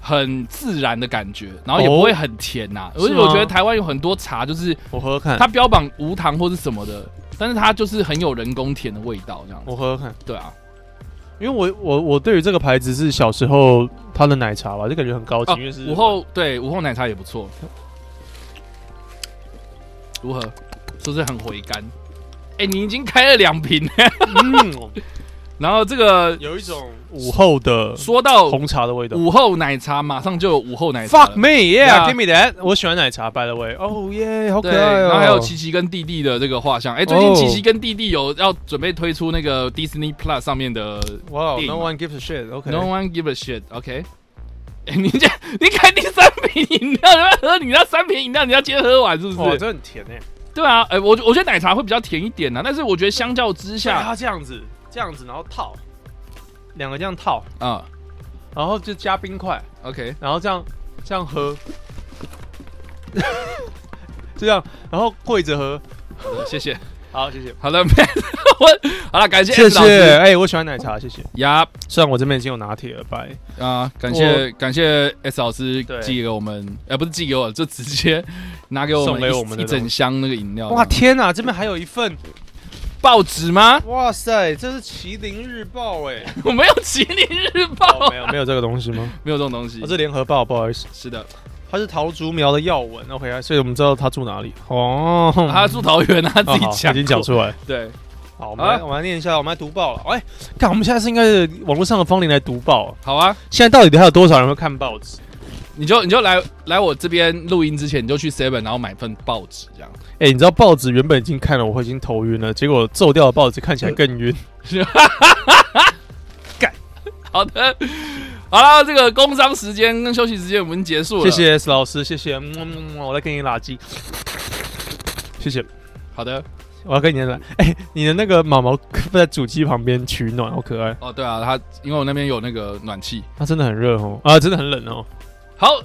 B: 很自然的感觉，然后也不会很甜呐、
A: 哦
B: 而且
A: 是吗嗯
B: 我觉得台湾有很多茶，就是
A: 我喝喝看，
B: 它标榜无糖或是什么的，但是它就是很有人工甜的味道，这样子。
A: 我喝喝看，
B: 对啊，
A: 因为我我我对于这个牌子是小时候它的奶茶吧，就感觉很高级，
B: 哦
A: 因为是
B: 午后对午后奶茶也不错。如何？是不是很回甘？哎、你已经开了两瓶了，
A: 嗯，
B: 然后这个
A: 有一种午后 的
B: 说到
A: 红茶的味道。
B: 午后奶茶，马上就有午后奶茶了。
A: Fuck me, yeah,
B: Yeah
A: give me that。我喜欢奶茶，by the way。哦耶，好可
B: 对，
A: 爱哦。
B: 然后还有琪琪跟弟弟的这个画像。哎、最近
A: 哦
B: 琪琪跟弟弟有要准备推出那个 Disney Plus 上面的
A: 哇、
B: 电
A: n
B: 影
A: o
B: 嘛
A: one gives a shit。OK，
B: No One Give a Shit。OK，、哎，你这你开第三瓶饮料，你要喝你那三瓶饮料，你要接着喝完是不
A: 哇，
B: 是？
A: 哦这很甜欸诶。
B: 对啊，哎、我我觉得奶茶会比较甜一点呢、啊但是我觉得相较之
A: 像
B: 下，
A: 它这样子，这样子，然后套，两个这样套，
B: 啊、
A: 然后就加冰块，
B: OK，
A: 然后这样这样 喝，就这样，然后跪着喝。
B: 好的，谢谢。
A: 好，谢谢，
B: 好了，没 我好了，感谢
A: 谢
B: S 老
A: 谢。
B: 师
A: 哎、我喜欢奶茶，谢谢。
B: 呀。
A: 虽然我这边已经有拿铁了，拜。
B: 啊，感谢感谢 S 老师
A: 对
B: 寄给我们，呃，不是寄给我， 就直接拿给我们
A: 送给
B: 一
A: 我们的
B: 一整箱那个饮料。
A: 哇，天哪，这边还有一份，
B: 报纸吗？
A: 哇塞，这是《麒麟日报》哎。
B: 我没有《吉林日报
A: 哦，》，没有没有这个东西 吗？
B: 没有这种东西
A: 我、。哦是联合报，不好意思。
B: 是的，
A: 它是桃竹苗的药文，OK，所以我们知道他住哪里。哦，
B: 他住桃园啊，
A: 哦
B: 他自己
A: 好
B: 讲
A: 已经讲
B: 过。
A: 出来。
B: 对，
A: 好，我们来、
B: 啊
A: 我们来念一下，我们来读报了。哎，看我们现在是应该是网络上的芳龄来读报，
B: 好啊，
A: 现在到底还有多少人会看报纸？
B: 你就你就来来我这边录音之前，你就去 Seven，然后买份报纸这样。
A: 哎、你知道报纸原本已经看了，我会已经头晕了，结果皱掉的报纸看起来更晕。
B: 好的，好了，这个工商时间跟休息时间我们结束
A: 谢
B: 了。。
A: 谢 S 老师，谢谢，嗯嗯嗯我来给你垃圾。谢谢，
B: 好的，
A: 我要跟你来。哎、你的那个毛 毛在主机旁边取暖，好可爱。
B: 哦对啊，他因为我那边有那个暖气。
A: 它、真的很热哦，啊，真的很冷哦。
B: 好，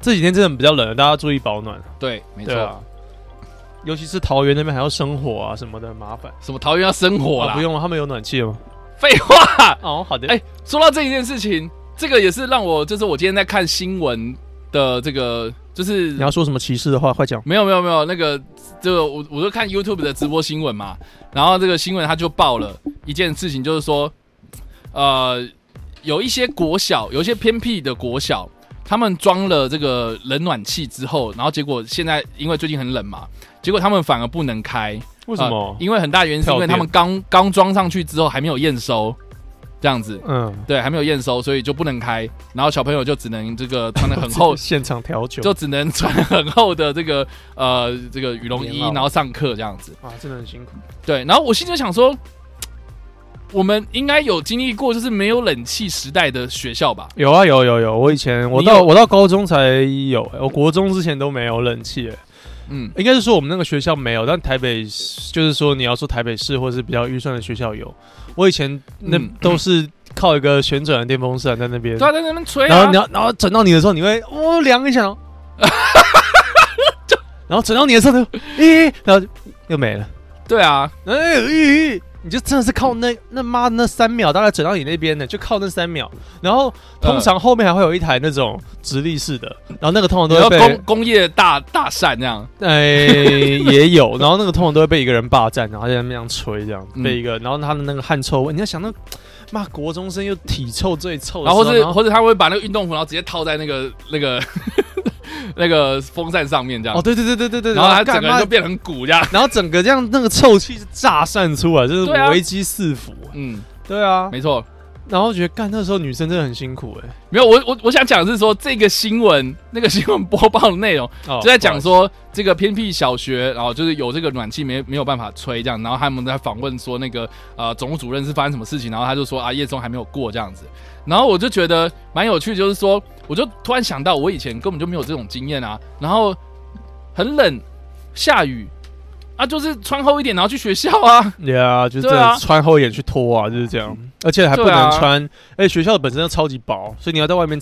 A: 这几天真的比较冷，大家注意保暖。
B: 对，没
A: 对
B: 错。
A: 啊，尤其是桃园那边还要生火啊什么的，很麻烦。
B: 什么桃园要生火
A: 哦
B: 啦？
A: 不用了，他们有暖气了吗？
B: 废话。
A: 哦，好的。
B: 哎、说到这一件事情，这个也是让我，就是我今天在看新闻的这个，就是
A: 你要说什么歧视的话，快讲。
B: 没有没有没有那个，这个我我就看 YouTube 的直播新闻嘛，然后这个新闻它就报了一件事情，就是说，呃，有一些国小，有一些偏僻的国小，他们装了这个冷暖气之后，然后结果现在因为最近很冷嘛，结果他们反而不能开，
A: 为什
B: 呃
A: 么？
B: 因为很大原因是因
A: 跳
B: 为
A: 电
B: 他们刚刚装上去之后还没有验收，这样子。
A: 嗯，
B: 对，还没有验收，所以就不能开。然后小朋友就只能这个穿的很 厚，
A: 现场调酒。
B: 就只能穿很厚的这个呃这个羽绒衣
A: 棉袄，
B: 然后上课这样子。
A: 啊，真的很辛苦。
B: 对，然后我心里就想说，我们应该有经历过就是没有冷气时代的学校吧？
A: 有啊，有有有，我以前我
B: 你
A: 到
B: 有
A: 我到高中才有、哎我国中之前都没有冷气、哎
B: 嗯，
A: 应该是说我们那个学校没有，但台北市就是说你要说台北市或是比较预算的学校有。我以前那、
B: 嗯
A: 都是靠一个旋转的电风扇在那边。
B: 对啊，在那边吹
A: 然后
B: 啊
A: 你，要，然后转到你的时候，你会哦凉一下，然 后，然后转到你的时候，咦，然后就又没了。
B: 对啊，
A: 哎、咦，你就真的是靠那那妈那三秒，大概转到你那边的，就靠那三秒。然后通常后面还会有一台那种直立式的，然后那个通常都
B: 然
A: 会
B: 后工
A: 被
B: 工业大大扇这样。
A: 哎也有， 然后那个通常都会被一个人霸占，然后在那边这样吹，这样
B: 嗯
A: 被一个，然后他的那个汗臭味，你要想到，妈国中生又体臭最臭的
B: 然
A: 时
B: 后
A: 候，
B: 或是或是他会把那个运动服，然后直接套在那个那个 那个风扇上面这样
A: 哦，。对对对对对对，
B: 然后他
A: 干
B: 整个人
A: 妈
B: 就变成鼓这样。
A: 然后整个这样那个臭气是炸散出来，就是
B: 对啊
A: 危机四伏。
B: 嗯，
A: 对啊，
B: 没错。
A: 然后觉得干那时候女生真的很辛苦哎、
B: 没有，我我我想讲的是说这个新闻，那个新闻播报的内容
A: 哦
B: 就在讲说这个偏僻小学，然后就是有这个暖气没没有办法吹这样，然后他们在访问说那个呃总务主任是发生什么事情，然后他就说啊夜中还没有过这样子，然后我就觉得蛮有趣，就是说我就突然想到我以前根本就没有这种经验啊，然后很冷，下雨啊，就是穿厚一点然后去学校啊，
A: 不好意思，Yeah，就是真
B: 对
A: 的
B: 啊
A: 穿厚一点去拖啊，就是这样，而且还不
B: 对啊
A: 能穿，哎、学校本身就超级薄，所以你要在外面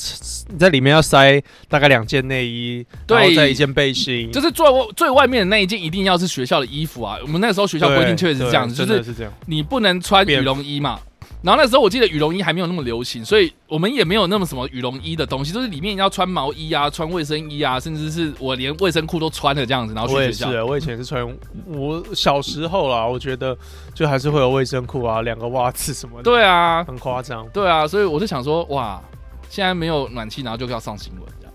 A: 你在里面要塞大概两件内衣，
B: 对
A: 然后再一件背心，
B: 就是最外最外面的那一件一定要是学校的衣服啊，我们那时候学校规定确实是这样，
A: 对
B: 就
A: 真
B: 是
A: 的是这样，
B: 你不能穿羽绒衣嘛。然后那时候我记得羽绒衣还没有那么流行，所以我们也没有那么什么羽绒衣的东西，就是里面要穿毛衣啊、穿卫生衣啊，甚至是我连卫生裤都穿了这样子，然后
A: 我也
B: 去学
A: 是啊
B: 校。，
A: 我以前是穿，我小时候啦，我觉得就还是会有卫生裤啊，两个袜子什么的，，
B: 对啊，
A: 很夸张。
B: 对啊，所以我就想说，哇，现在没有暖气，然后就要上新闻这样。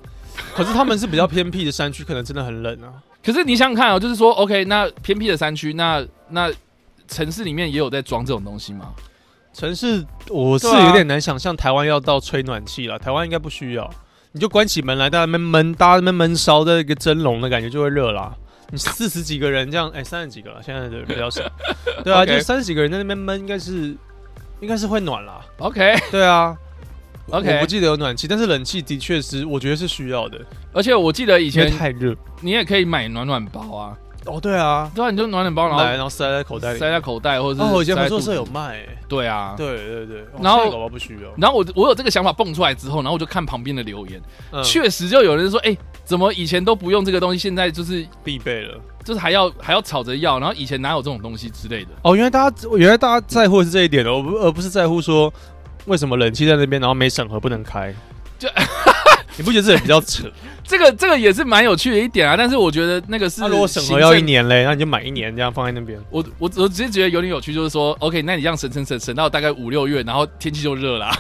A: 可是他们是比较偏僻的山区，可能真的很冷啊。
B: 可是你想想看哦，就是说，OK，那偏僻的山区，那那城市里面也有在装这种东西吗？
A: 城市我是
B: 对啊
A: 有点难想象台湾要到吹暖气了，台湾应该不需要，你就关起门来，大家闷闷，大家闷闷烧的一个蒸笼的感觉就会热啦。你四十几个人这样，哎、三十几个了，现在的人比较 少，对啊
B: OK
A: 就三十几个人在那边闷，应该是应该是会暖啦。
B: OK，
A: 对啊
B: OK
A: 我不记得有暖气，但是冷气的确是我觉得是需要的，
B: 而且我记得以
A: 因为
B: 前
A: 太热。
B: 你也可以买暖暖包啊，
A: 哦，对啊，
B: 对啊，你就暖暖包，然后
A: 来，然后塞在口袋里，
B: 塞在口袋，或者是
A: 哦，我以前合作
B: 塞
A: 社
B: 在
A: 有
B: 肚子
A: 卖、欸，
B: 对啊，
A: 对对对，哦
B: 然后
A: 现在搞不好不需要，
B: 然后我我有这个想法蹦出来之后，然后我就看旁边的留言，
A: 嗯
B: 确实就有人说，哎、怎么以前都不用这个东西，现在就是
A: 必备了。
B: 就是还要还要吵着要，然后以前哪有这种东西之类的。
A: 哦，原来大家原来大家在乎的是这一点哦，不而不是在乎说为什么冷气在那边，然后没审核不能开。
B: 就
A: 你不觉得这人比较扯？
B: 这个这个也是蛮有趣的一点啊，但是我觉得那个是
A: 那如果审
B: 行
A: 核要一
B: 政。
A: 年嘞，那你就买一年这样放在那边。
B: 我我我只是觉得有点有趣，就是说，OK，那你这样省省省省到大概五六月，然后天气就热啦、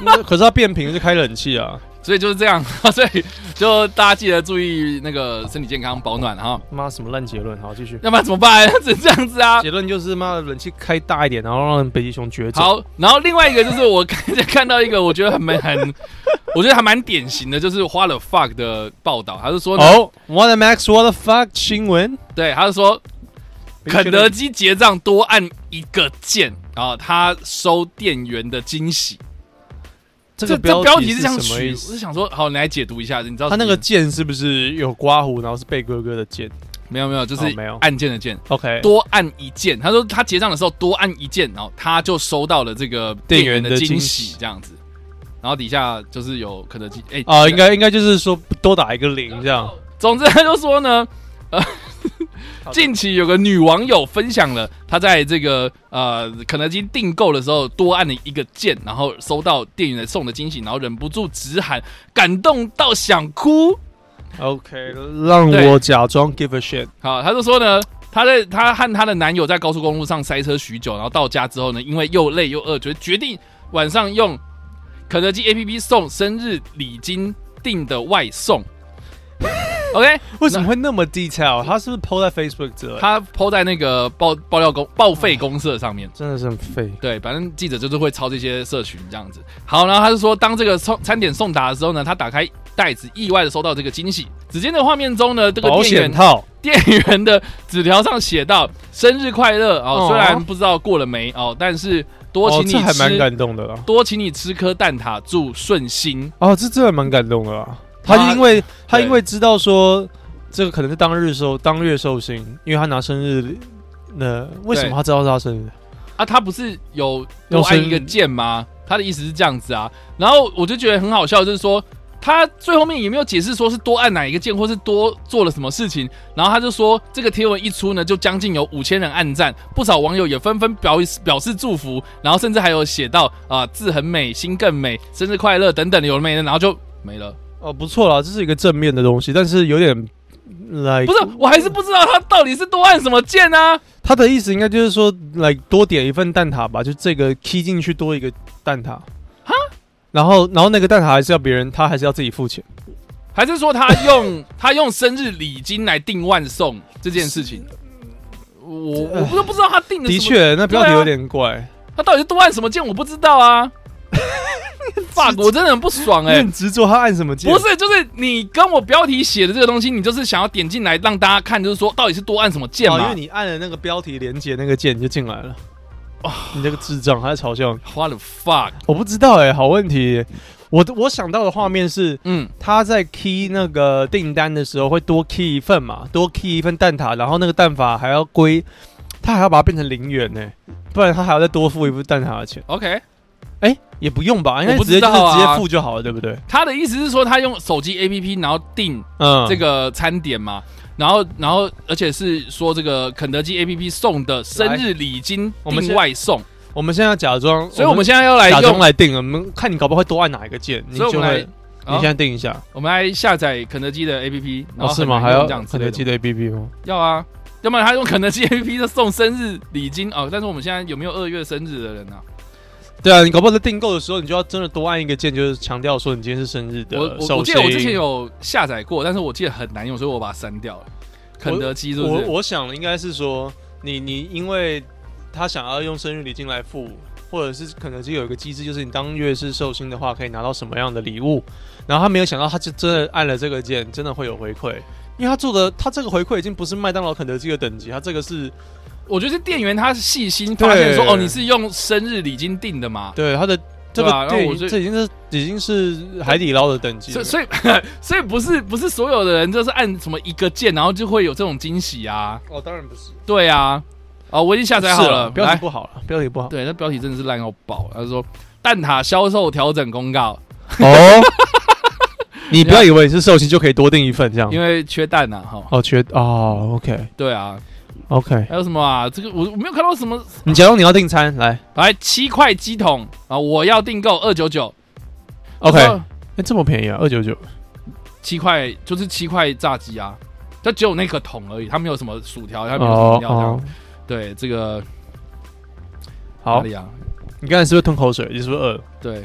A: 那可是它变频是开冷气啊，
B: 所以就是这样， 所以就大家记得注意那个身体健康保暖哈，
A: 妈什么烂结论？好，继续。
B: 要不然怎么办？ 只能这样子啊。
A: 结论就是妈的冷气开大一点，然后让北极熊绝种。
B: 好，然后另外一个就是我刚才看到一个，我觉得很 蛮很，我觉得还蛮典型的，就是花了 fuck 的报道，他是说呢，
A: 哦、w h a t the max what the fuck 新闻，
B: 对，他是说肯德基结账多按一个键，然后他收店员的惊喜。
A: 这个
B: 这
A: 标
B: 题是这样
A: 什么
B: 取，
A: 意
B: 我是
A: 思？
B: 想说，好，你来解读一下，你知道
A: 它那
B: 什么
A: 个
B: 意思
A: 剑是不是有刮胡，然后是贝哥哥的剑
B: 没有没有，就是
A: 哦没有
B: 按键的键，
A: ？OK，
B: 多按一键。他说他结账的时候多按一键，然后他就收到了这个
A: 店
B: 店
A: 员
B: 员
A: 的
B: 的
A: 惊
B: 惊
A: 喜
B: 喜这样子。然后底下就是有肯德基，哎、
A: 啊、应该应该就是说多打一个零这样。
B: 总之，他就说呢，呃
A: 好的，
B: 近期有个女网友分享了她在这个呃肯德基订购的时候多按了一个键，然后收到店员送的惊喜，然后忍不住直喊感动到想哭。
A: OK，让我假装 give a shit。
B: 好，他就说呢。她在她和她的男友在高速公路上塞车许久，然后到家之后呢，因为又累又饿，决决定晚上用肯德基 APP 送生日礼金订的外送。OK，
A: 为什么会那么 detail？他是不是 PO 在 Facebook 之类的？
B: 他抛在那个爆爆料公报废公社上面。
A: 真的是很废。
B: 对，反正记者就是会抄这些社群这样子。好，然后他就说，当这个送餐点送达的时候呢，他打开袋子，意外的收到这个惊喜。只见这画面中呢，这个
A: 保
B: 店
A: 险
B: 员
A: 套，
B: 店员的纸条上写到“生日快乐”
A: 哦
B: 哦，虽然不知道过了没哦，但是多
A: 哦
B: 请，
A: 这
B: 你
A: 还蛮
B: 吃，
A: 感动的啦。
B: 多请你吃颗蛋挞，祝顺心。
A: 哦，这真的蛮感动的啦。他就因为他因为知道说这个可能是当日收当月寿星，因为他拿生日，那为什么他知道是他生日？
B: 啊，他不是有
A: 用
B: 多按
A: 生
B: 一个键吗？他的意思是这样子啊。然后我就觉得很好笑，就是说他最后面也没有解释说是多按哪一个键，或是多做了什么事情。然后他就说这个贴文一出呢，就将近有五千人按赞，不少网友也纷纷表表示祝福，然后甚至还有写到啊、字很美，心更美，生日快乐等等的有的没的，然后就没了。
A: 哦，不错啦，这是一个正面的东西，但是有点来、
B: 不是，我还是不知道他到底是多按什么键啊。
A: 他的意思应该就是说，来多点一份蛋挞吧，就这个 key 进去多一个蛋挞。
B: 哈，
A: 然后然后那个蛋挞还是要别人，他还是要自己付钱。
B: 还是说他用他用生日礼金来定万送这件事情？我我不是不知道他定的什
A: 的
B: 么，
A: 确，那标题
B: 对啊
A: 有点怪。
B: 他到底是多按什么键，我不知道啊。法国真的很不爽哎、
A: 很执着他按什么键？
B: 不是，就是你跟我标题写的这个东西，你就是想要点进来让大家看，就是说到底是多按什么键
A: 哦，
B: 嘛？
A: 因为你按了那个标题连接那个键，你就进来了。
B: 啊
A: 你这个智障，还在嘲笑你？
B: 花了 fuck，
A: 我不知道哎、好问题。我我想到的画面是，
B: 嗯，
A: 他在 key 那个订单的时候会多 key 一份嘛，多 key 一份蛋挞，然后那个蛋挞还要归，他还要把它变成零元呢、不然他还要再多付一份蛋挞的钱。
B: OK，
A: 哎、也不用吧，应该
B: 我不
A: 直
B: 知
A: 接就
B: 道
A: 是直
B: 啊
A: 接付就好了，对不对？
B: 他的意思是说他用手机 APP 然后订
A: 嗯，
B: 这个餐点嘛，然后然后而且是说这个肯德基 APP 送的生日礼金
A: 嗯我们
B: 订
A: 先
B: 外送，
A: 我们现在假装，
B: 所以我们现在要来
A: 假装
B: 用，
A: 来定，我们看你搞不好会多按哪一个键，你
B: 所以我
A: 就
B: 们来
A: 会，你
B: 啊
A: 现在定一下。
B: 我们来下载肯德基的 APP，然
A: 哦，
B: 后
A: 是
B: 很
A: 吗？
B: 难
A: 还
B: 用
A: 要
B: 这样之
A: 肯
B: 类
A: 德
B: 的
A: 基的 APP 吗？
B: 要啊，要不然他用肯德基 APP 的送生日礼金哦。但是我们现在有没有二月生日的人啊？
A: 对啊，你搞不好在订购的时候，你就要真的多按一个键，就是强调说你今天是生日的
B: 我我
A: 手
B: 我记
A: 信。
B: 得我之前有下载过，但是我记得很难用，所以我把它删掉了。肯德基是不
A: 我
B: 是？
A: 我想应该是说，你你因为他想要用生日礼金来付，或者是肯德基有一个机制，就是你当月是寿星的话，可以拿到什么样的礼物。然后他没有想到，他就真的按了这个键，真的会有回馈。因为他做的，他这个回馈已经不是麦当劳、肯德基的等级，他这个是
B: 我觉得是店员他细心发现说，
A: 对
B: 哦，你是用生日礼金订的嘛？
A: 对他的这
B: 对啊
A: 个
B: 然后
A: 电
B: 我
A: 影，
B: 就
A: 这已经是已经是海底捞的等级
B: 所
A: 了
B: 以。所以 所以不是不是所有的人就是按什么一个键，然后就会有这种惊喜啊？
A: 哦，当然不是。
B: 对啊，哦，我已经下载好
A: 是啊
B: 了，
A: 标
B: 来
A: 题不好了，标题不好。
B: 对，那标题真的是烂到爆。他说蛋挞销售调整公告，
A: 哦，你不要以为你是寿星就可以多订一份这样
B: 因。为缺蛋呐、啊，哈。
A: 哦，缺哦，OK
B: 对啊，
A: OK，
B: 还有什么啊？这个我我没有看到什么。
A: 你假如你要订餐，来
B: 来七块鸡桶啊，我要订购二九九。
A: OK，
B: 然后
A: 哎，这么便宜啊，二九九。
B: 七块就是七块炸鸡啊，它只有那个桶而已，它没有什么薯条，它没有什么
A: 哦
B: 饮料这样。
A: 哦，
B: 对，这个哪
A: 好，
B: 里啊？
A: 你刚才是不是吞口水？你是不是饿了？
B: 对，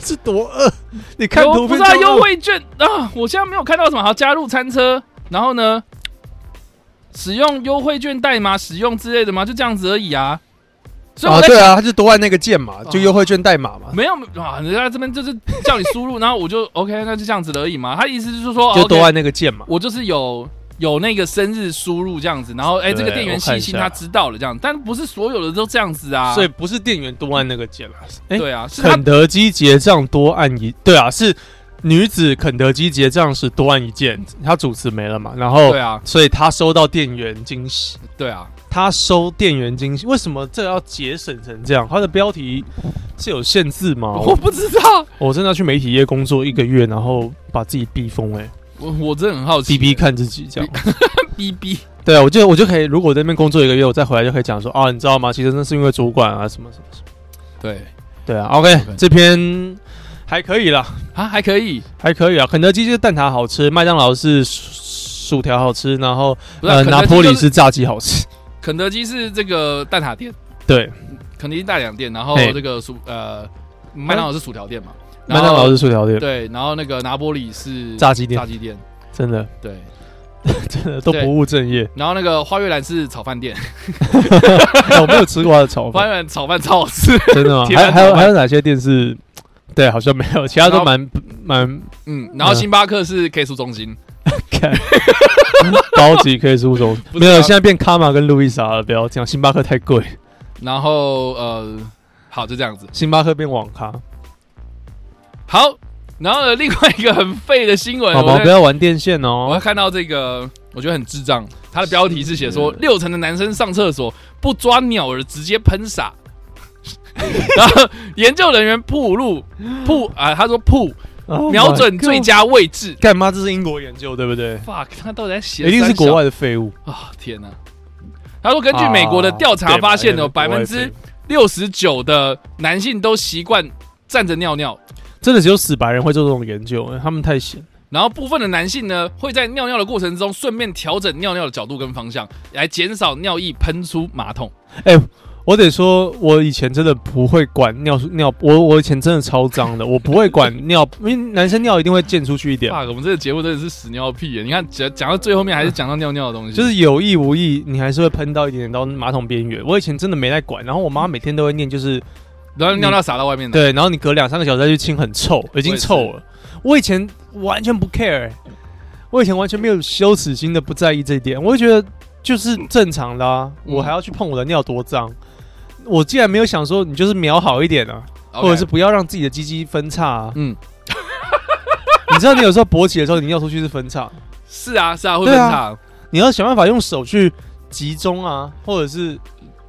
A: 是多饿？你看
B: 我
A: 图
B: 不
A: 片
B: 知道优惠券啊，我现在没有看到什么。好，加入餐车，然后呢，使用优惠券代码使用之类的吗？就这样子而已啊。所以
A: 啊，
B: 我在
A: 对
B: 想，
A: 啊，他就多按那个键嘛，就优惠券代码嘛，
B: 没有啊，人家这边就是叫你输入，然后我就 OK，那就这样子而已嘛。他意思就是说，哦
A: 就
B: OK
A: 多按那个键嘛。
B: 我就是有有那个生日输入这样子，然后哎、
A: 对
B: 这个店员细心
A: 我看
B: 他
A: 一下
B: 知道了这样，但不是所有的都这样子啊。
A: 所以不是店员多按那个键啦，哎，
B: 对啊，是他
A: 肯德基结账多按一，对啊，是女子肯德基结账时多按一键，她主持没了嘛，然后
B: 对啊，
A: 所以她收到店员惊喜，
B: 对啊，
A: 她收店员惊喜，为什么这要节省成这样？它的标题是有限制吗？
B: 我
A: 我
B: 不知道，
A: 我真的要去媒体业工作一个月，然后把自己逼疯哎、欸，
B: 我我真的很好奇。
A: 逼逼看自己这样。
B: 逼逼，
A: 对啊，我就我就可以，如果我在那边工作一个月，我再回来就可以讲说啊，你知道吗？其实那是因为主管啊什么什么什么。
B: 对
A: 对啊，OK，
B: OK
A: 这篇还可以啦。
B: 啊，还可以，
A: 还可以啊，肯德基就是蛋挞好吃，麦当劳是薯薯条好吃，然后
B: 不是啊
A: 呃
B: 肯德基
A: 拿坡里
B: 就是
A: 炸鸡好吃。
B: 肯德基是这个蛋挞店，
A: 对，
B: 肯德基蛋挞店，然后
A: 嘿
B: 这个薯呃麦当劳是薯条店嘛，
A: 麦
B: 然后
A: 当劳是薯条店，
B: 对，然后那个拿波里是
A: 炸鸡店
B: 炸鸡店，
A: 真的
B: 对，
A: 真的都
B: 对
A: 不务正 业。
B: 然后那个花月兰是炒饭店，
A: 哎我没有吃过他的炒
B: 花
A: 饭，
B: 月兰炒饭超好吃，
A: 真的吗？
B: 铁板
A: 还还
B: 炒
A: 有
B: 饭
A: 还有哪些店是？对，好像没有，其他
B: 然后
A: 都蛮蛮
B: 嗯，然后星巴克是 K 书中心，
A: 看高级可以出手，
B: 不知道
A: 没有，现在变卡玛跟路易莎了，不要这样，星巴克太贵，
B: 然后呃，好，就这样子。
A: 星巴克变网咖。
B: 好，然后呢，另外一个很废的新闻，
A: 宝宝
B: 我
A: 不
B: 在
A: 要玩电线
B: 我
A: 哦
B: 要，看到这个，我觉得很智障。它的标题是写
A: 嗯
B: 说六成的男生上厕所不抓鸟儿直接喷洒， 然后研究人员铺路铺啊，他说铺
A: Oh my
B: 瞄准最
A: God
B: 佳位置。
A: 干妈，这是英国研究对不对？
B: fuck，他到底在写？
A: 一定是国外的废物。
B: 啊！天哪！他说根据美国的调
A: 啊
B: 查发现呢，有百分之六十九的男性都习惯站着尿尿。
A: 真的只有死白人会做这种研究，欸他们太闲。
B: 然后部分的男性呢，会在尿尿的过程中顺便调整尿尿的角度跟方向，来减少尿液喷出马桶。
A: 我得说，我以前真的不会管尿尿，我我以前真的超脏的，我不会管尿，因为男生尿一定会溅出去一点，
B: 哇，我们这个节目真的是屎尿屁耶！你看讲讲到最后面还是讲到尿尿的东西，
A: 就是有意无意，你还是会喷到一点点到马桶边缘。我以前真的没在管，然后我妈每天都会念，就是
B: 然后尿尿洒到外面来。
A: 对，然后你隔两三个小时再去清，很臭，已经臭了。我以前完全不 care，我以前完全没有羞耻心的不在意这一点，我就觉得就是正常的啊，
B: 嗯
A: 我还要去碰我的尿多脏。我竟然没有想说你就是瞄好一点啊，
B: OK，。
A: 或者是不要让自己的鸡鸡分叉啊
B: 嗯，
A: 你知道你有时候勃起的时候，你尿出去是分叉，
B: 是啊是啊，会
A: 对
B: 分
A: 啊
B: 叉。
A: 你要想办法用手去集中啊，或者是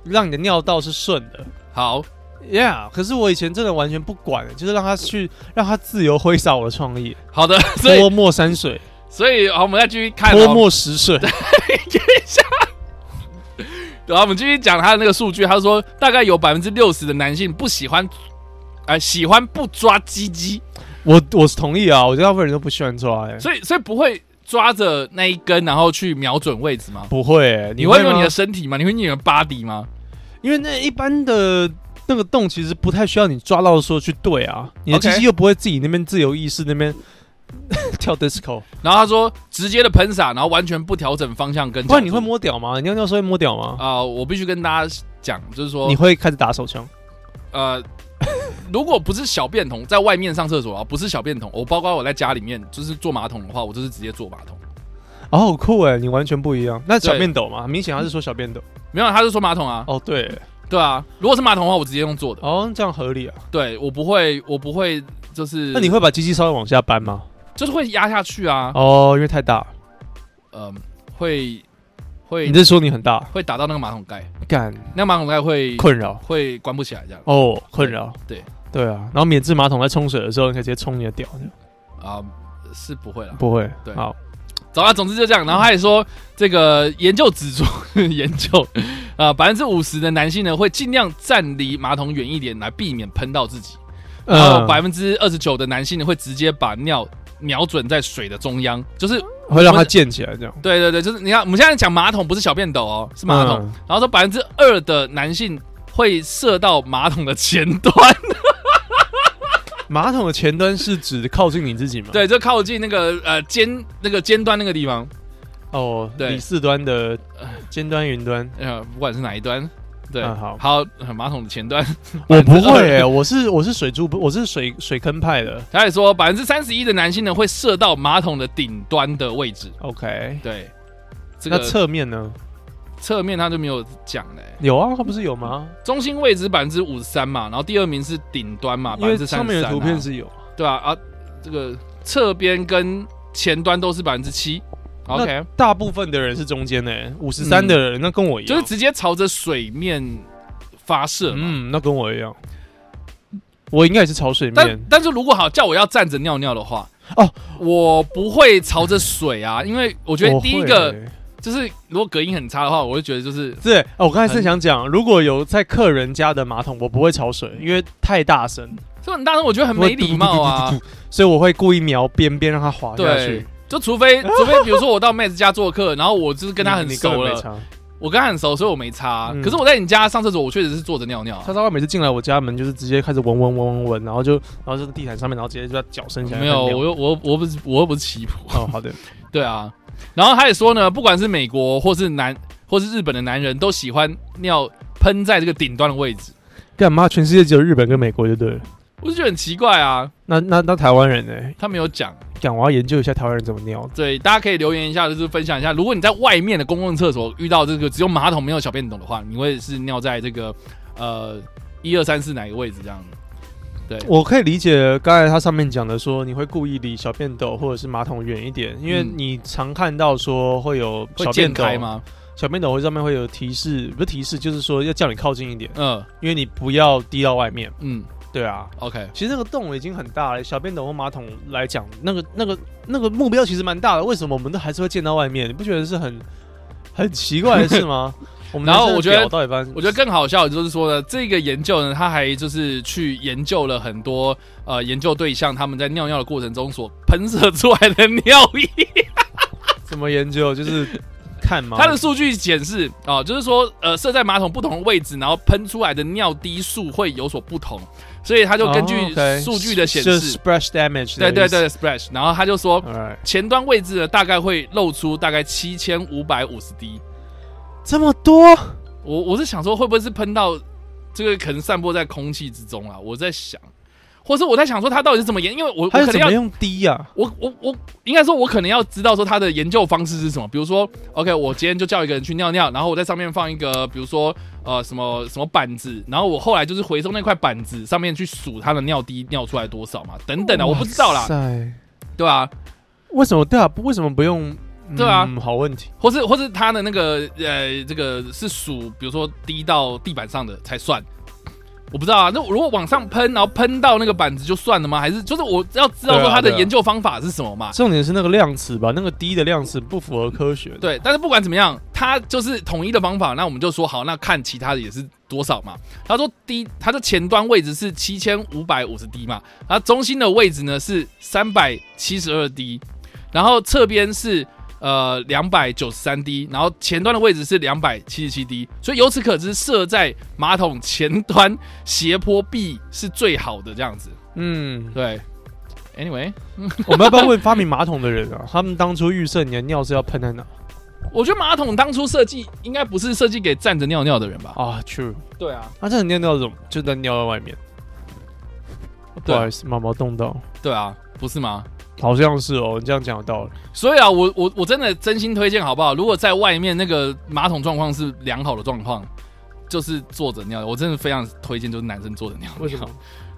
A: 让你的尿道是顺的。
B: 好，
A: Yeah，可是我以前真的完全不管，就是让他去让他自由挥洒我的创意，
B: 好的，所以
A: 泼墨山水，
B: 所以好，我们再继续看
A: 泼
B: 哦。
A: 墨石水，
B: 然啊后我们继续讲他的那个数据，他说大概有百分之六十的男性不喜欢，哎、喜欢不抓鸡鸡，
A: 我我是同意啊，我觉得大部分人都不喜欢抓、欸，
B: 所以所以不会抓着那一根然后去瞄准位置吗？
A: 不会、欸，
B: 你会用
A: 吗
B: 你的，身体吗？你会用你的 body 吗？
A: 因为那一般的那个洞其实不太需要你抓到说去对啊，你的
B: OK
A: 机器又不会自己那边自由意识那边 跳 disco，
B: 然后他说直接的喷洒，然后完全不调整方向跟角度。
A: 不然你会摸屌吗？你尿尿时候会摸屌吗？
B: 啊、我必须跟大家讲，就是说
A: 你会开始打手枪？
B: 呃，如果不是小便桶在外面上厕所啊，不是小便桶，我包括我在家里面就是坐马桶的话，我就是直接坐马桶。
A: 哦，好酷哎、欸，你完全不一样。那小
B: 对
A: 便斗嘛，明显他是说小便斗。
B: 没有，他是说马桶啊，
A: 哦，对欸，
B: 对啊，如果是马桶的话，我直接用坐的。
A: 哦，这样合理啊。
B: 对我不会，我不会，就是
A: 那你会把机器稍微往下扳吗？
B: 就是会压下去啊，
A: 哦，因为太大。
B: 嗯、会会
A: 你是说你很大？
B: 会打到那个马桶盖，
A: 干
B: 那个马桶盖会
A: 困扰
B: 会关不起来这样
A: 哦，困扰。
B: 对
A: 对啊，然后免治马桶在冲水的时候，你可以直接冲你的屌，
B: 啊、是不会了。
A: 不会。
B: 对
A: 好，
B: 走啊，总之就这样。然后他也说，这个研究指出， 研究啊，百分之五十的男性呢会尽量站离马桶远一点，来避免喷到自己。然后百
A: 嗯，
B: 分之二十九的男性呢会直接把尿瞄准在水的中央，就是
A: 会让它溅起来这样。
B: 对对对，就是你看我们现在讲马桶不是小便斗哦，是马桶。
A: 嗯
B: 然后说百分之二的男性会射到马桶的前 端，
A: 马桶的前端是指靠近你自己吗？。
B: 对，就靠近那个呃尖那个尖端那个地方，
A: 哦，
B: 对
A: 李四端的呃尖端啊云端，
B: 呃，不管是哪一端，对，
A: 嗯好
B: 好、呃马桶的前端。
A: 我不会欸，我是我是水柱，我是水水坑派的。
B: 他也说，百分之三十一的男性呢会射到马桶的顶端的位置。
A: OK，
B: 对，这
A: 那
B: 个
A: 侧面呢？
B: 侧面他就没有讲嘞、
A: 有啊，它不是有吗？
B: 中心位置百分之五十三嘛，然后第二名是顶端嘛，
A: 因
B: 百
A: 为
B: 分之三
A: 上
B: 十
A: 面
B: 三。啊
A: 的图片是有。
B: 对啊啊，这个侧边跟前端都是百分之七。
A: 那
B: OK，
A: 大部分的人是中间呢、五十三的人、那跟我一
B: 就
A: 样，
B: 是直接朝着水面发射嘛。
A: 嗯，那跟我一样，我应该也是潮水
B: 但
A: 面
B: 但是如果好叫我要站着尿尿的话，
A: 哦，
B: 我不会朝着水啊，因为我觉得
A: 我
B: 第一
A: 会
B: 个
A: 欸
B: 就是如果隔音很差的话，我会觉得就是
A: 对，哦，我刚才是想讲，如果有在客人家的马桶，我不会潮水，因为太大声，
B: 这很大声，我觉得很没礼貌啊。
A: 所以我会故意瞄边边让它滑下
B: 对
A: 去。，
B: 就除非除非比如说我到妹子家做客，然后我就是跟她很
A: 你
B: 熟了，，我跟她很熟，所以我没擦。
A: 嗯
B: 可是我在你家上厕所，我确实是坐着尿尿啊
A: 他。大概每次进来我家门就是直接开始闻闻闻闻闻，然后就然后就地毯上面，然后直接就把脚伸起来。
B: 没有，
A: 尿
B: 我又我我不是我又不是奇普，
A: 哦，好的，
B: 对啊。然后他也说呢，不管是美国或是男或是日本的男人，都喜欢尿喷在这个顶端的位置。
A: 干嘛？全世界只有日本跟美国就对了。
B: 我就觉得很奇怪啊，
A: 那那那台湾人呢、
B: 他没有讲。
A: 干，我要研究一下台湾人怎么尿。
B: 对，大家可以留言一下，就是分享一下，如果你在外面的公共厕所遇到这个只有马桶没有小便桶的话，你会是尿在这个呃一二三四哪个位置这样？
A: 我可以理解刚才他上面讲的说，你会故意离小便斗或者是马桶远一点，因为
B: 嗯
A: 你常看到说会有
B: 会
A: 小
B: 溅
A: 便斗
B: 开？吗？
A: 小便斗会上面会有提示，不是提示，就是说要叫你靠近一点，
B: 嗯
A: 因为你不要滴到外面。
B: 嗯
A: 对啊，
B: ，OK，
A: 其实那个洞已经很大了，小便斗或马桶来讲，那个那个那个目标其实蛮大的，为什么我们都还是会见到外面？你不觉得是很很奇怪的事 吗？我们
B: 然后
A: 男生的
B: 我觉得
A: 屌到底发生
B: 我觉得更好笑的就是说呢，这个研究呢，他还就是去研究了很多呃研究对象他们在尿尿的过程中所喷射出来的尿 液。
A: 怎么研究就是看吗？
B: 它的数据显示啊、哦就是说呃射在马桶不同的位置，然后喷出来的尿滴数会有所不同，所以他就根据
A: 哦，OK
B: 数据的显
A: 就
B: 示，
A: 是 splash damage，
B: 对对对，splash，然后他就说
A: ，All right。
B: 前端位置呢大概会露出大概七千五百五十滴。
A: 这么多，
B: 我我是想说，会不会是喷到这个可能散播在空气之中啊啦。我在想，或是我在想说他到底是怎么研，因为我我
A: 他是
B: 可能
A: 怎么
B: 要
A: 用啊滴呀、
B: 我我我应该说，我可能要知道说他的研究方式是什么。比如说，OK，我今天就叫一个人去尿尿，然后我在上面放一个，比如说呃什么什么板子，然后我后来就是回收那块板子上面去数他的尿滴尿出来多少嘛，等等的，啊我不知道啦
A: 哇，塞
B: 对啊，
A: 为什么对啊？不为什么不用？嗯
B: 对啊
A: 好问题。
B: 或是或是他的那个呃这个是数，比如说滴到地板上的才算。我不知道啊，那如果往上喷，然后喷到那个板子就算了吗？还是就是我要知道
A: 对
B: 说
A: 啊
B: 他的
A: 对啊
B: 研究方法是什么嘛？
A: 重点是那个量词吧，那个滴的量词不符合科学的。
B: 对，但是不管怎么样，他就是统一的方法，那我们就说好，那看其他的也是多少嘛。他说低，他的前端位置是七千五百五十 D 嘛，然后中心的位置呢是三百七十二 D，然后侧边是呃两百九十三 D，然后前端的位置是两百七十七 D，所以由此可知，设在马桶前端斜坡壁是最好的这样子。
A: 嗯，
B: 对，Anyway，
A: 我们要不要问发明马桶的人啊？ 他们当初预设你的尿是要喷在哪
B: 我觉得马桶当初设计应该不是设计给站着尿尿的人吧？
A: 啊？True，
B: 对啊，
A: 那、啊、这种尿尿怎么就在尿在外面？不
B: 对
A: 好意思，毛毛冻到，
B: 对啊，不是吗？
A: 好像是哦，你这样讲有道理。
B: 所以啊，我我我真的真心推荐好不好？如果在外面那个马桶状况是良好的状况，就是坐着尿，我真的非常推荐，就是男生坐着尿。
A: 为什么？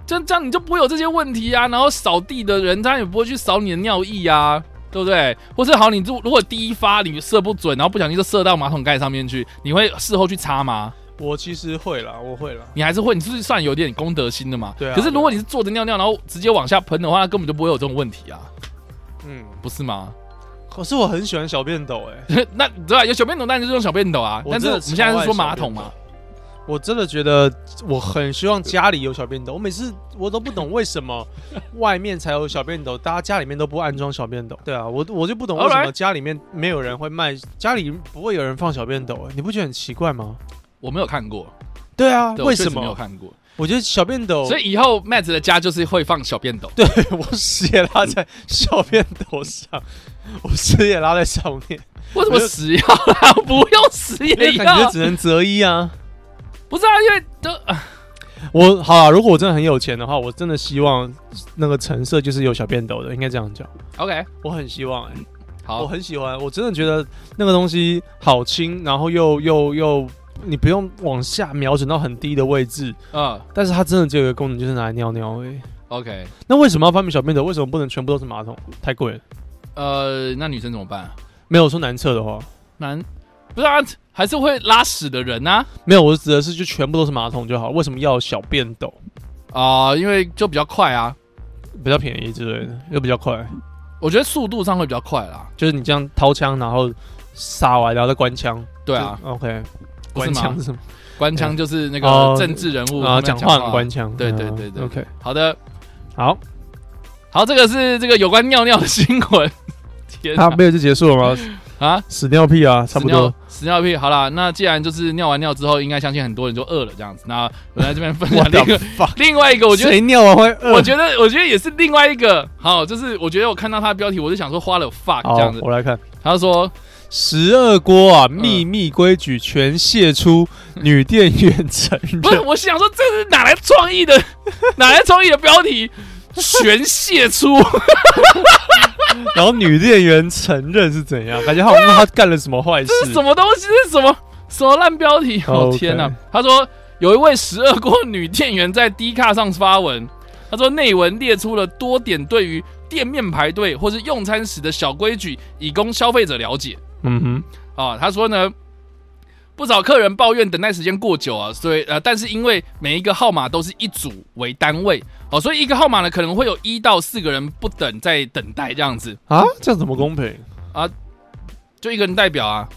B: 这这样你就不会有这些问题啊。然后扫地的人他也不会去扫你的尿液啊，对不对？或是好，你如如果第一发你射不准，然后不小心就射到马桶盖上面去，你会事后去擦吗？
A: 我其实会啦，我会啦。
B: 你还是会，你是算有点公德心的嘛。
A: 对啊
B: 可是如果你是坐着尿尿，然后直接往下喷的话，那根本就不会有这种问题啊，
A: 嗯，
B: 不是吗？
A: 可是我很喜欢小便斗哎、
B: 那对啊吧？有小便斗，当然就是用小便斗啊。
A: 我
B: 但是
A: 真
B: 我
A: 的
B: 们现在是说
A: 超爱
B: 马桶
A: 小
B: 嘛，
A: 我真的觉得我很希望家里有小便斗，我每次我都不懂为什 么外面才有小便斗，大家家里面都不安装小便斗。对啊，我我就不懂为什
B: Alright
A: 么家里面没有人会卖，家里不会有人放小便斗、哎，你不觉得很奇怪吗？
B: 我没有看过，
A: 对啊，
B: 对
A: 为
B: 我确
A: 什
B: 实没有
A: 么？
B: 看过？
A: 我觉得小便斗，
B: 所以以后 Matt 的家就是会放小便斗。
A: 对 我屎也拉在小便斗上，我屎也拉在上 面，
B: 为什么屎要啦？ 不用屎
A: 因
B: 也
A: 为感觉
B: 要？
A: 只能择一啊。
B: 不是啊，因为都啊
A: 我好啊，如果我真的很有钱的话，我真的希望那个橙色就是有小便斗的，应该这样讲。
B: OK
A: 我很希望、欸，我
B: 好。
A: 很喜欢，我真的觉得那个东西好轻，然后又又又，你不用往下瞄准到很低的位置，
B: 嗯
A: 但是它真的只有一个功能，就是拿来尿尿而已。
B: ，OK，
A: 那为什么要发明小便斗？为什么不能全部都是马桶？太贵了。
B: 呃，那女生怎么办？
A: 没有说男厕的话，
B: 男不是啊，还是会拉屎的人啊
A: 没有，我指的是就全部都是马桶就好。为什么要小便斗？
B: 啊，因为就比较快啊。
A: 比较便宜之类的，又比较快，
B: 我觉得速度上会比较快啦。
A: 就是你这样掏枪，然后撒完，然后再关枪。
B: 对啊，
A: 就，OK，
B: 不是
A: 关
B: 吗
A: 枪是什么？
B: 官腔就是那
A: 哦
B: 个政治人物
A: 啊，
B: 他们
A: 讲话很
B: 话
A: 关枪。
B: 对
A: 嗯
B: 对对对
A: ，OK，
B: 好的，
A: 好，
B: 好，这个是这个有关尿尿的新闻。 天
A: 他
B: 啊
A: 没有就结束了吗？
B: 啊，
A: 屎尿屁啊，差不
B: 屎
A: 多
B: 尿。屎尿屁。好啦，那既然就是尿完尿之后，应该相信很多人就饿了这样子。那 我在这边 分享另一个
A: 发，
B: 另外一个，我觉得。
A: 谁尿完会饿？
B: 我觉得，我觉得也是另外一个好，就是我觉得我看到他的标题，我就想说花了 fuck
A: 好
B: 这样子。
A: 我来看
B: 他说
A: 十二锅
B: 嗯
A: 啊，秘密规矩全泄 出，女店员承
B: 不是，
A: 认。
B: 我是想说这是哪来创意的， 哪来创意的标题？ 全泄出，
A: 然后女店员承认是怎样？感觉好像她干了什么坏事。
B: 这是什么东西？这是什么什么烂标题？我、
A: OK
B: 天哪、他说有一位十二锅女店员在 D 卡上发文，他说内文列出了多点对于店面排队或是用餐时的小规矩，以供消费者了解。
A: 嗯
B: 啊，他说呢，不少客人抱怨等待时间过久啊，所以呃，但是因为每一个号码都是一组为单位哦，所以一个号码呢可能会有一到四个人不等在等待这样子，
A: 哼，啊，这样怎么公平？
B: 就一个人代表啊，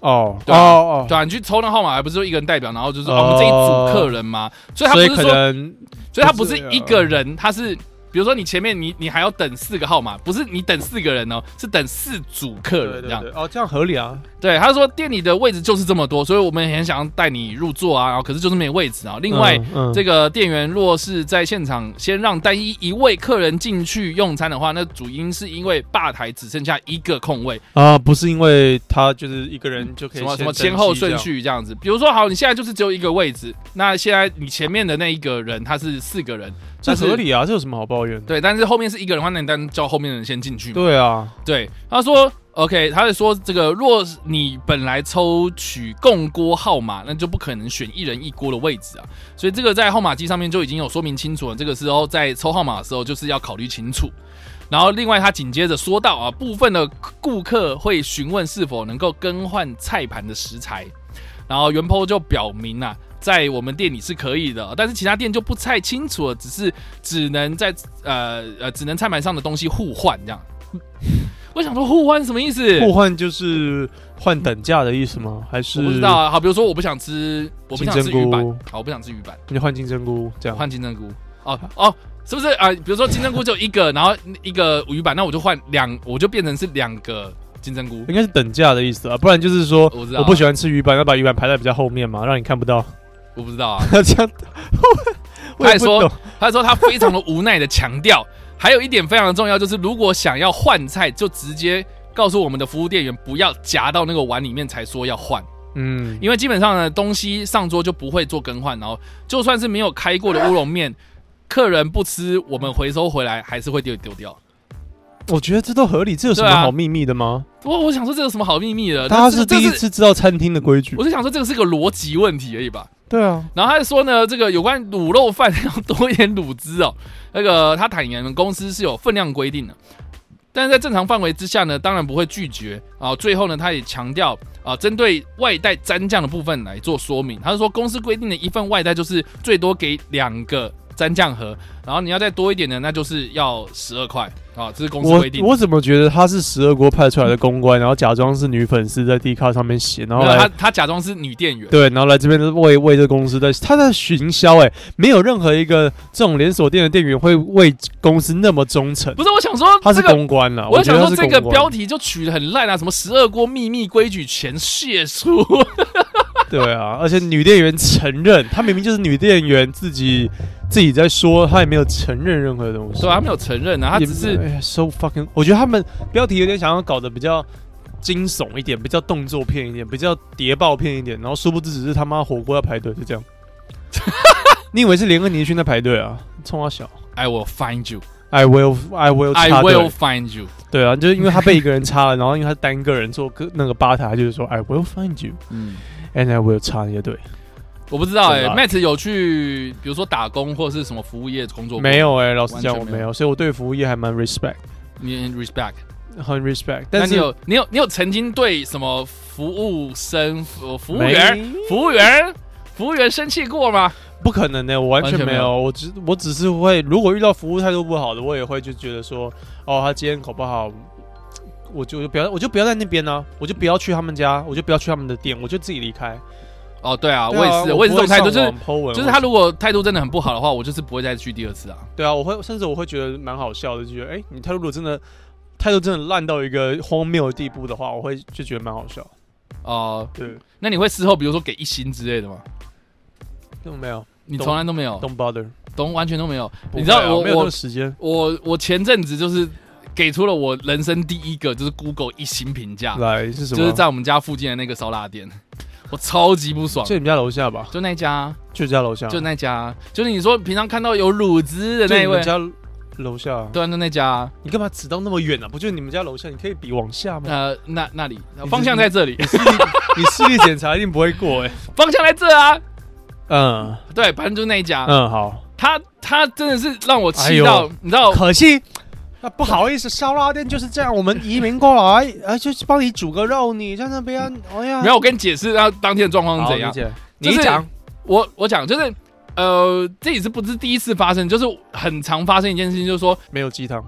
A: 哦
B: 对
A: 哦
B: 啊
A: 哦，
B: 对啊，你去抽那号码还不是就一个人代表，然后就是说、哦、我们这一组客人嘛，所以
A: 啊
B: 他
A: 所
B: 不
A: 以可
B: 是说，
A: 能啊
B: 所以他不是一个人，他是。比如说你前面你你还要等四个号码，不是你等四个人哦，是等四组客
A: 对
B: 人这
A: 对
B: 样。
A: 对，哦，这样合理啊，
B: 对，他说店里的位置就是这么多，所以我们也很想要带你入座啊，然后可是就是没位置啊。另外，
A: 嗯嗯
B: 这个店员若是在现场先让单一一位客人进去用餐的话，那主因是因为吧台只剩下一个空位，
A: 啊，不是因为他就是一个人就可以
B: 嗯什么什么
A: 先
B: 先后
A: 登记这
B: 顺
A: 样，
B: 序这样子。比如说，好，你现在就是只有一个位置，那现在你前面的那一个人他是四个人，
A: 这
B: 但是
A: 合。理啊，这有什么好抱怨的？
B: 对，但是后面是一个人的话，那你当然叫后面的人先进去嘛。
A: 对啊，
B: 对，他说 OK，他是说这个，若是你本来抽取共锅号码，那就不可能选一人一锅的位置啊。所以这个在号码机上面就已经有说明清楚了。这个时候在抽号码的时候，就是要考虑清楚。然后，另外他紧接着说到啊，部分的顾客会询问是否能够更换菜盘的食材，然后袁坡就表明啊，在我们店里是可以的，但是其他店就不太清楚了，只是只能在呃呃只能菜盘上的东西互换这样。我想说互换是什么意思？
A: 互换就是换等价的意思吗？还是
B: 我不知道啊。好，比如说我不想吃，我不想吃
A: 金针
B: 鱼
A: 菇
B: 板，好，我不想吃鱼板，
A: 你换金针菇这样？
B: 换金针菇。哦哦，是不是啊、比如说金针菇就一个，然后一个鱼板，那我就换两，我就变成是两个金针菇。
A: 应该是等价的意思啊，不然就是说
B: 我知道
A: 我不喜欢吃鱼板，要把鱼板排在比较后面嘛，让你看不到。
B: 我不知道啊。
A: 这样， 我
B: 他还
A: 也不
B: 说
A: 懂。，
B: 他说他非常的无奈的强调，还有一点非常重要，就是如果想要换菜，就直接告诉我们的服务店员不要夹到那个碗里面才说要换。
A: 嗯，
B: 因为基本上呢，东西上桌就不会做更换，然后就算是没有开过的乌龙面，客人不吃，我们回收回来还是会丢丢掉。
A: 我觉得这都合理，这有什么
B: 对啊
A: 好秘密的吗？
B: 我我想说这有什么好秘密的？
A: 他
B: 这
A: 是
B: 这
A: 第一次知道餐厅的规矩
B: 我。是想说这个是个逻辑问题而已吧。
A: 对啊，
B: 然后他说呢，这个有关卤肉饭要多一点卤汁哦。那个他坦言，公司是有分量规定的，但是在正常范围之下呢，当然不会拒绝啊。最后呢，他也强调啊，针对外带蘸酱的部分来做说明。他是说，公司规定的一份外带就是最多给两个蘸酱盒，然后你要再多一点呢，那就是要十二块啊，这是公司
A: 我
B: 规定。
A: 我怎么觉得他是十二国派出来的公关，然后假装是女粉丝在 D 卡上面写，然后
B: 没啊有他
A: 来
B: 他假装是女店员，
A: 对，然后来这边为为这公司在他在行销，哎，没有任何一个这种连锁店的店员会为公司那么忠诚，
B: 不是我想说
A: 他是
B: 这个。
A: 公关了。
B: 我
A: 啊觉
B: 想
A: 得
B: 说
A: 他是
B: 这个
A: 公关
B: 标题就取得很烂啊，什么十二锅秘密规矩全泄出，
A: 对啊，而且女店员承认，她明明就是女店员自己自己在说，她也没有承认任何东西。
B: 对啊，他没有承认啊，他
A: 也
B: 只是
A: 哎呀 so fucking。我觉得他们标题有点想要搞得比较惊悚一点，比较动作片一点，比较谍报片一点，然后殊不知只是他妈火锅要排队，就 这样。你以为是连恩尼逊在排队啊？冲他小
B: I will 哎 find you,
A: ，I will I will
B: I
A: 插队
B: will find you。
A: 对啊，就是因为他被一个人插了，然后因为他单个人做个那个吧台，他就是说 I will find you
B: 嗯，
A: and I will 插你的队。
B: 我不知道哎、
A: 真的啊
B: m a t t 有去比如说打工或者是什么服务业工作过
A: 没？有哎、老实
B: 完
A: 讲
B: 全
A: 我
B: 没
A: 没
B: 有
A: 有，所以我对服务业还蛮 respect。
B: 你很 respect，
A: 很 respect，
B: 那
A: 但
B: 你
A: 是
B: 有你有你有曾经对什么服务生、呃服服务
A: 没
B: 员、服务员、服务员生气过吗？
A: 不可能呢、我完全
B: 完全
A: 没
B: 没有
A: 有，我只我只是会，如果遇到服务态度不好的，我也会就觉得说，哦，他今天口不好，我就我就不要，我就不要在那边呢、我就不要去他们家，我就不要去他们的店，我就自己离开。
B: 哦，对啊，
A: 对
B: 我也
A: 啊
B: 是，我也是这种态度，
A: 不会
B: 就
A: 上
B: 是
A: 网 po 文
B: 就是他如果态度真的很不好的话，我就是不会再去第二次啊。
A: 对啊，我会甚至我会觉得蛮好笑的，就觉得哎、你态度如果真的态度真的烂到一个荒谬的地步的话，我会就觉得蛮好笑。
B: 哦、
A: 对，
B: 那你会事后比如说给一星之类的吗？
A: 都没有
B: 你
A: 懂
B: 从来都没有，
A: ，don't bother，
B: 懂完全都没有。
A: 不
B: 你知道
A: 会啊
B: 我
A: 没有那
B: 我
A: 个时间
B: 我我前阵子就是给出了我人生第一个就是 Google 一星评价，
A: 来是什么？
B: 啊就是在我们家附近的那个烧腊店， 我超级不爽。
A: 就你们家楼下吧，
B: 就那家，
A: 就家楼下，
B: 就那家，就是你说平常看到有乳汁的
A: 就
B: 那一
A: 你
B: 位
A: 们，家楼下啊。
B: 对啊，就那家，
A: 你干嘛指到那么远啊？不就你们家楼下？你可以比往下吗？
B: 呃，那那里
A: 是
B: 方向在这里，
A: 你视力检查一定不会过 哎、
B: 方向在这啊，
A: 嗯
B: 对，反正就是那一家，
A: 嗯，好，
B: 他他真的是让我
A: 哎
B: 气
A: 呦
B: 到，你知道，
A: 可惜。那不好意思，烧腊店就是这样，我们移民过来，哎，就是帮你煮个肉，你在那边，哎呀，
B: 没有，我跟你解释他当天的状况是
A: 好
B: 怎样
A: 理。解
B: 就
A: 你
B: 是
A: 讲，
B: 我我讲就是，呃，这也是不是第一次发生，就是很常发生一件事情，就是说，
A: 没有鸡汤，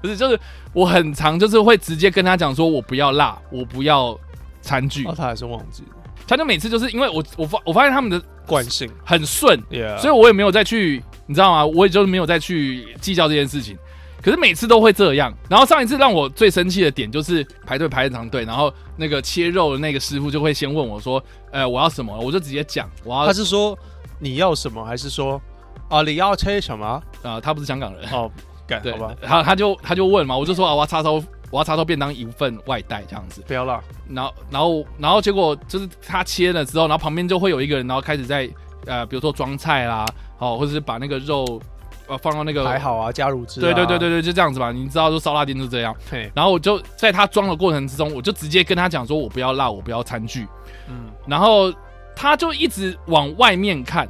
B: 不是，就是我很常就是会直接跟他讲说，我不要辣，我不要餐具
A: 哦，。他还是忘记了
B: 他就每次就是因为我我发我发现他们的
A: 惯性
B: 很顺，
A: ，yeah，
B: 所以我也没有再去，你你知道吗？我也就是没有再去计较这件事情。可是每次都会这样。然后上一次让我最生气的点就是排队排很长队，然后那个切肉的那个师傅就会先问我说：“呃，我要什么？”我就直接讲我要
A: 他是说你要什么，还是说啊你要吃什么？
B: 呃，他不是香港人，
A: 哦，干
B: 对
A: 好吧，，
B: 他他就他就问嘛，我就说啊，我要叉烧，我要叉烧便当一份外带这样子。
A: 不要辣，
B: 然后然后然后结果就是他切了之后，然后旁边就会有一个人，然后开始在呃，比如说装菜啦，哦，或者是把那个肉呃放到那个
A: 还好啊，加乳汁、
B: 对对对对，对，就这样子吧。你知道，就烧腊店就这样。
A: 嘿，
B: 然后我就在他装的过程之中，我就直接跟他讲说，我不要辣，我不要餐具。
A: 嗯，
B: 然后他就一直往外面看，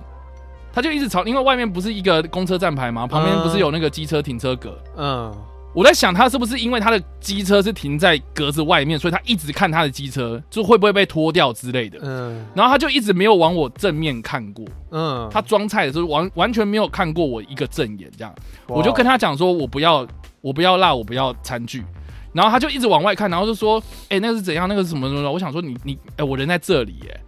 B: 他就一直朝，因为外面不是一个公车站牌嘛，旁边不是有那个机车停车格。
A: 嗯，
B: 我在想，他是不是因为他的机车是停在格子外面，所以他一直看他的机车，就会不会被拖掉之类的。
A: 嗯
B: 然后他就一直没有往我正面看过，
A: 嗯，
B: 他装菜的时候完完全没有看过我一个正眼，这样。我就跟
A: 他
B: 他讲说，我不要，我不要辣，我不要餐具。然后他就一直往外看，然后就说，哎、那个是怎样，那个是什么什么什么？我想说你你，哎、我人在这里耶。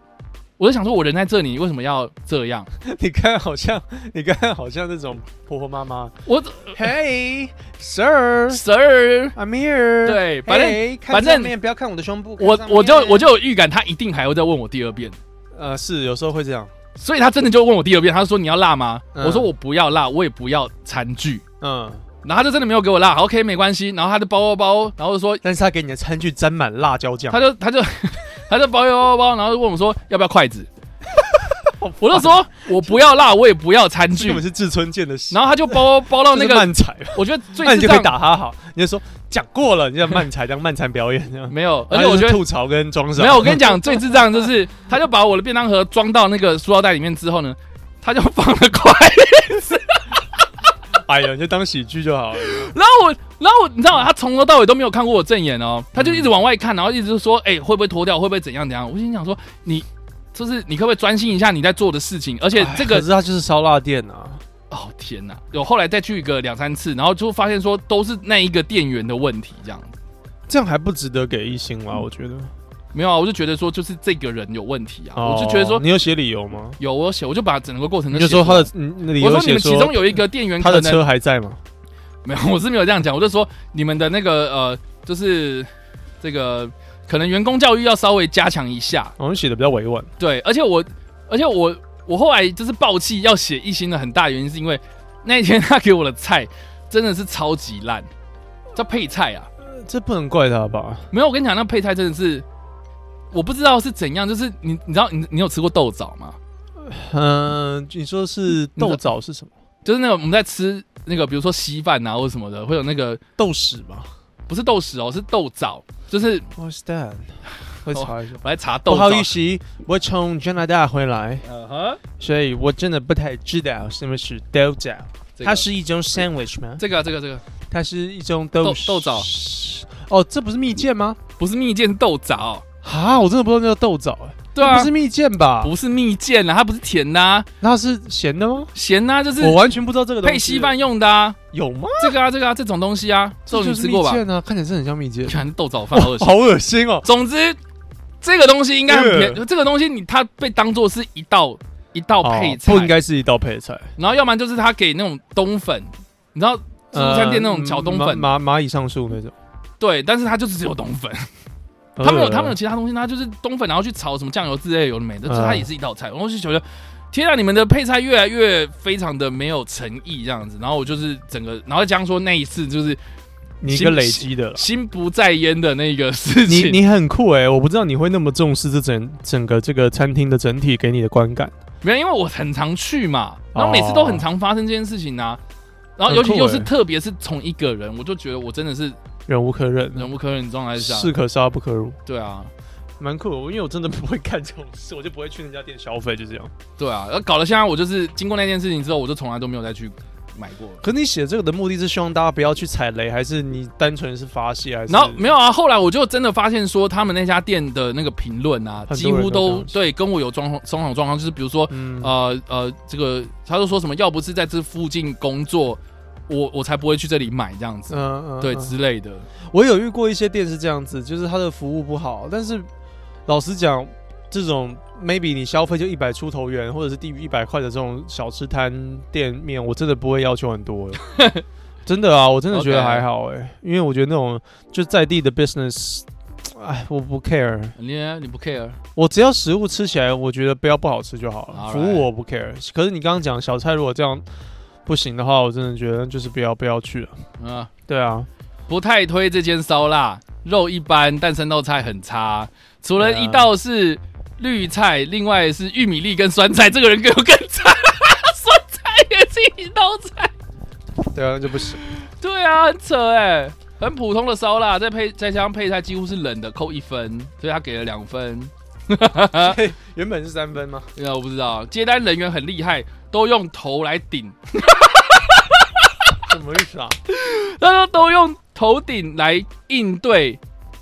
B: 我就想说，我人在这里，你为什么要这样？
A: 你看好像你看好像那种婆婆妈妈
B: 我
A: ，Hey sir。
B: sir，
A: I'm here
B: 对反正
A: Hey，看
B: 反正
A: 上面不要看我的胸部，看
B: 我
A: 上面
B: 我就我就有预感，他一定还会再问我第二遍，
A: 呃是有时候会这样，
B: 所以他真的就问我第二遍，他说你要辣吗？
A: 嗯
B: 我说我不要辣，我也不要餐具。
A: 嗯，
B: 然后他就真的没有给我辣好，OK 没关系。然后他就包包包，然后就说
A: 但是他给你的餐具沾满辣椒酱
B: 他，就他就 他就包包包包，然后就问我说要不要筷子， 我就说我不要辣，我也不要餐
A: 这
B: 具
A: 根本。是志村健的戏，
B: 然后他就包包到
A: 这
B: 那
A: 是
B: 个，
A: 慢踩吧，
B: 我觉得最
A: 那你
B: 智
A: 就可以
B: 障
A: 打哈好，你就说讲过了，你就慢踩，当慢踩表演这样，
B: 没有，嗯而
A: 然
B: 且
A: 后
B: 我
A: 就是
B: 觉得
A: 吐槽跟装傻，
B: 没有。我跟你讲，最智障就是他就把我的便当盒装到那个塑料袋里面之后呢，他就放了筷。
A: 哎呀，你就当喜剧就好了。
B: 然后我，然后我，你知道吗？他从头到尾都没有看过我正眼哦，他就一直往外看，然后一直说，哎、会不会脱掉？会不会怎样怎样？我心想说，你就是你可不可以专心一下你在做的事情？而且这
A: 哎可
B: 个
A: 是它就是烧腊店啊，
B: 哦天哪！有后来再去一个两三次，然后就发现说都是那一个店员的问题，这啊样子
A: 这样还不值得给一星啦，
B: 嗯
A: 我觉得。
B: 没有啊？我就觉得说就是这个人有问题啊，
A: 哦
B: 我就觉得说
A: 你有写理由吗？
B: 有我写，我就把整个过程
A: 你
B: 都
A: 就
B: 写
A: 说
B: 出
A: 他
B: 来
A: 的嗯理
B: 我
A: 由
B: 说你
A: 写
B: 们其
A: 说
B: 中有一个店员
A: 他
B: 可
A: 的
B: 能
A: 车还在吗？
B: 没有，我是没有这样讲，我就说你们的那个呃，就是这个可能员工教育要稍微加强一下，
A: 我们写的比较委婉，
B: 对，而且我，而且我，我后来就是暴气要写一星的很大原因是因为那一天他给我的菜真的是超级烂，叫配菜啊，
A: 这不能怪他吧？
B: 没有，我跟你讲，那配菜真的是我不知道是怎样，就是你你知道你你有吃过豆枣吗？
A: 嗯，你说是豆枣是什么？
B: 就是那个我们在吃那个比如说稀饭啊或者什么的，会有那个
A: 豆豉吧
B: 不是豆豉哦，是豆枣，就是
A: ？What's that？会查一下。
B: 我来查豆
A: 不
B: 枣
A: 好。意思，我从加拿大回来，
B: 嗯哼，
A: 所以我真的不太知道什么是豆枣。
B: 这个
A: 它是一种 sandwich 吗？
B: 这个啊这个这个
A: 它是一种
B: 豆
A: 豆
B: 豆枣，
A: 哦，这不是蜜饯吗？
B: 不是蜜饯是豆枣，
A: 啊，我真的不知道那叫豆枣、哎，
B: 对啊
A: 不是，蜜饯吧？
B: 不是蜜饯啊，它不是甜的、啊，
A: 那是咸的吗？
B: 咸啊，就是
A: 我完全不知道这个东西。
B: 配稀饭用的啊，
A: 有吗？
B: 这个啊，这个啊，这种东西啊，这种
A: 就
B: 你
A: 是
B: 吃
A: 蜜
B: 过吧？
A: 饯啊，看起来是很像蜜饯，
B: 全是豆枣饭， 好恶心。
A: 好恶心哦！
B: 总之，这个东西应该很便
A: 呃
B: 这个东西你它被当做是一道一道哦配菜，
A: 哦不应。该是一道配菜。
B: 然后要不然就是他给那种冬粉，你知道自助餐店那
A: 呃
B: 种小冬粉，
A: 蚂蚂蚂蚁上树那种。
B: 对，但是它就是只有冬粉，他们有他们有
A: 呃
B: 其他东西，它就是冬粉，然后去炒什么酱油之类的有的没的，就是它
A: 嗯
B: 也是一道菜。然后我就觉得，天啊，你们的配菜越来越非常的没有诚意这样子。然后我就是整个，然后再加上说那一次就是
A: 你一个累积的啦。
B: 心不在焉的那个事
A: 你
B: 情，
A: 你很酷哎、我不知道你会那么重视这整整个这个餐厅的整体给你的观感。
B: 没有，因为我很常去嘛，然后每次都很常发生这件事情啊。然后尤其
A: 哦很酷
B: 又是
A: 欸
B: 特别是从一个人，我就觉得我真的是
A: 忍无可忍，
B: 忍无可忍状态下，
A: 士可杀不可辱，
B: 对啊，
A: 蛮酷的。因为我真的不会干这种事，我就不会去人家店消费，就这样。
B: 对啊，然后搞得现在我就是经过那件事情之后，我就从来都没有再去买过了。
A: 可你写这个的目的是希望大家不要去踩雷，还是你单纯是发泄？还是
B: 然后没有啊，后来我就真的发现说，他们那家店的那个评论啊，
A: 很
B: 几
A: 多人
B: 乎
A: 都这
B: 都
A: 样子
B: 对跟我有状况相同状况，就是比如说
A: 嗯
B: 呃呃，这个他就说什么，要不是在这附近工作，我我才不会去这里买这样子，
A: 嗯嗯
B: 对
A: 嗯
B: 之类的。
A: 我有遇过一些店是这样子，就是他的服务不好，但是老实讲，这种 maybe 你消费就一百出头元，或者是低于一百块的这种小吃摊店面，我真的不会要求很多了。真的啊，我真的觉得
B: OK
A: 还好哎、因为我觉得那种就在地的 business，哎，我不 care，
B: 你呢你不 care
A: 我只要食物吃起来，我觉得不要不好吃就好了
B: Alright
A: 服务我不 care。可是你刚刚讲小菜如果这样不行的话，我真的觉得就是不要不要去了。
B: 啊、
A: 对啊，
B: 不太推这间烧腊，肉一般，但生豆菜很差。除了
A: 对啊
B: 一道是绿菜，另外是玉米粒跟酸菜，这个人给我更差， 酸菜也是一道菜。
A: 对啊，那就不行。
B: 对啊，很扯哎、很普通的烧腊，再配再加上配菜几乎是冷的，扣一分，所以他给了两分。
A: 嘿 原本是三分吗？
B: 对啊，我不知道，接单人员很厉害，都用头来顶，
A: 什么意思啊？
B: 他说都用头顶来应对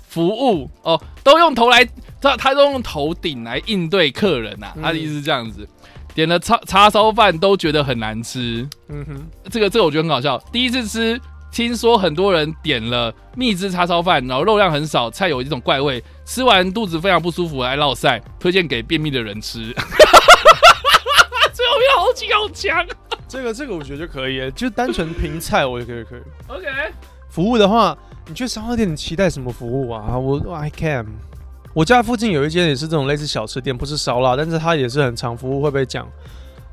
B: 服务哦，都用头来，他他都用头顶来应对客人呐、啊。他的意思是这样子，点了叉叉烧饭都觉得很难吃，
A: 嗯哼，
B: 这个这个我觉得很搞笑。第一次吃，听说很多人点了蜜汁叉烧饭，然后肉量很少，菜有一种怪味，吃完肚子非常不舒服，还落晒，推荐给便秘的人吃。 最后面好几好强
A: 这个这个我觉得就可以耶，就单纯凭菜我就可以可以。
B: ，OK，
A: 服务的话，你去烧烤店你期待什么服务啊？我我 I can。我家附近有一间也是这种类似小吃店，不是烧腊，但是它也是很常服务会被讲，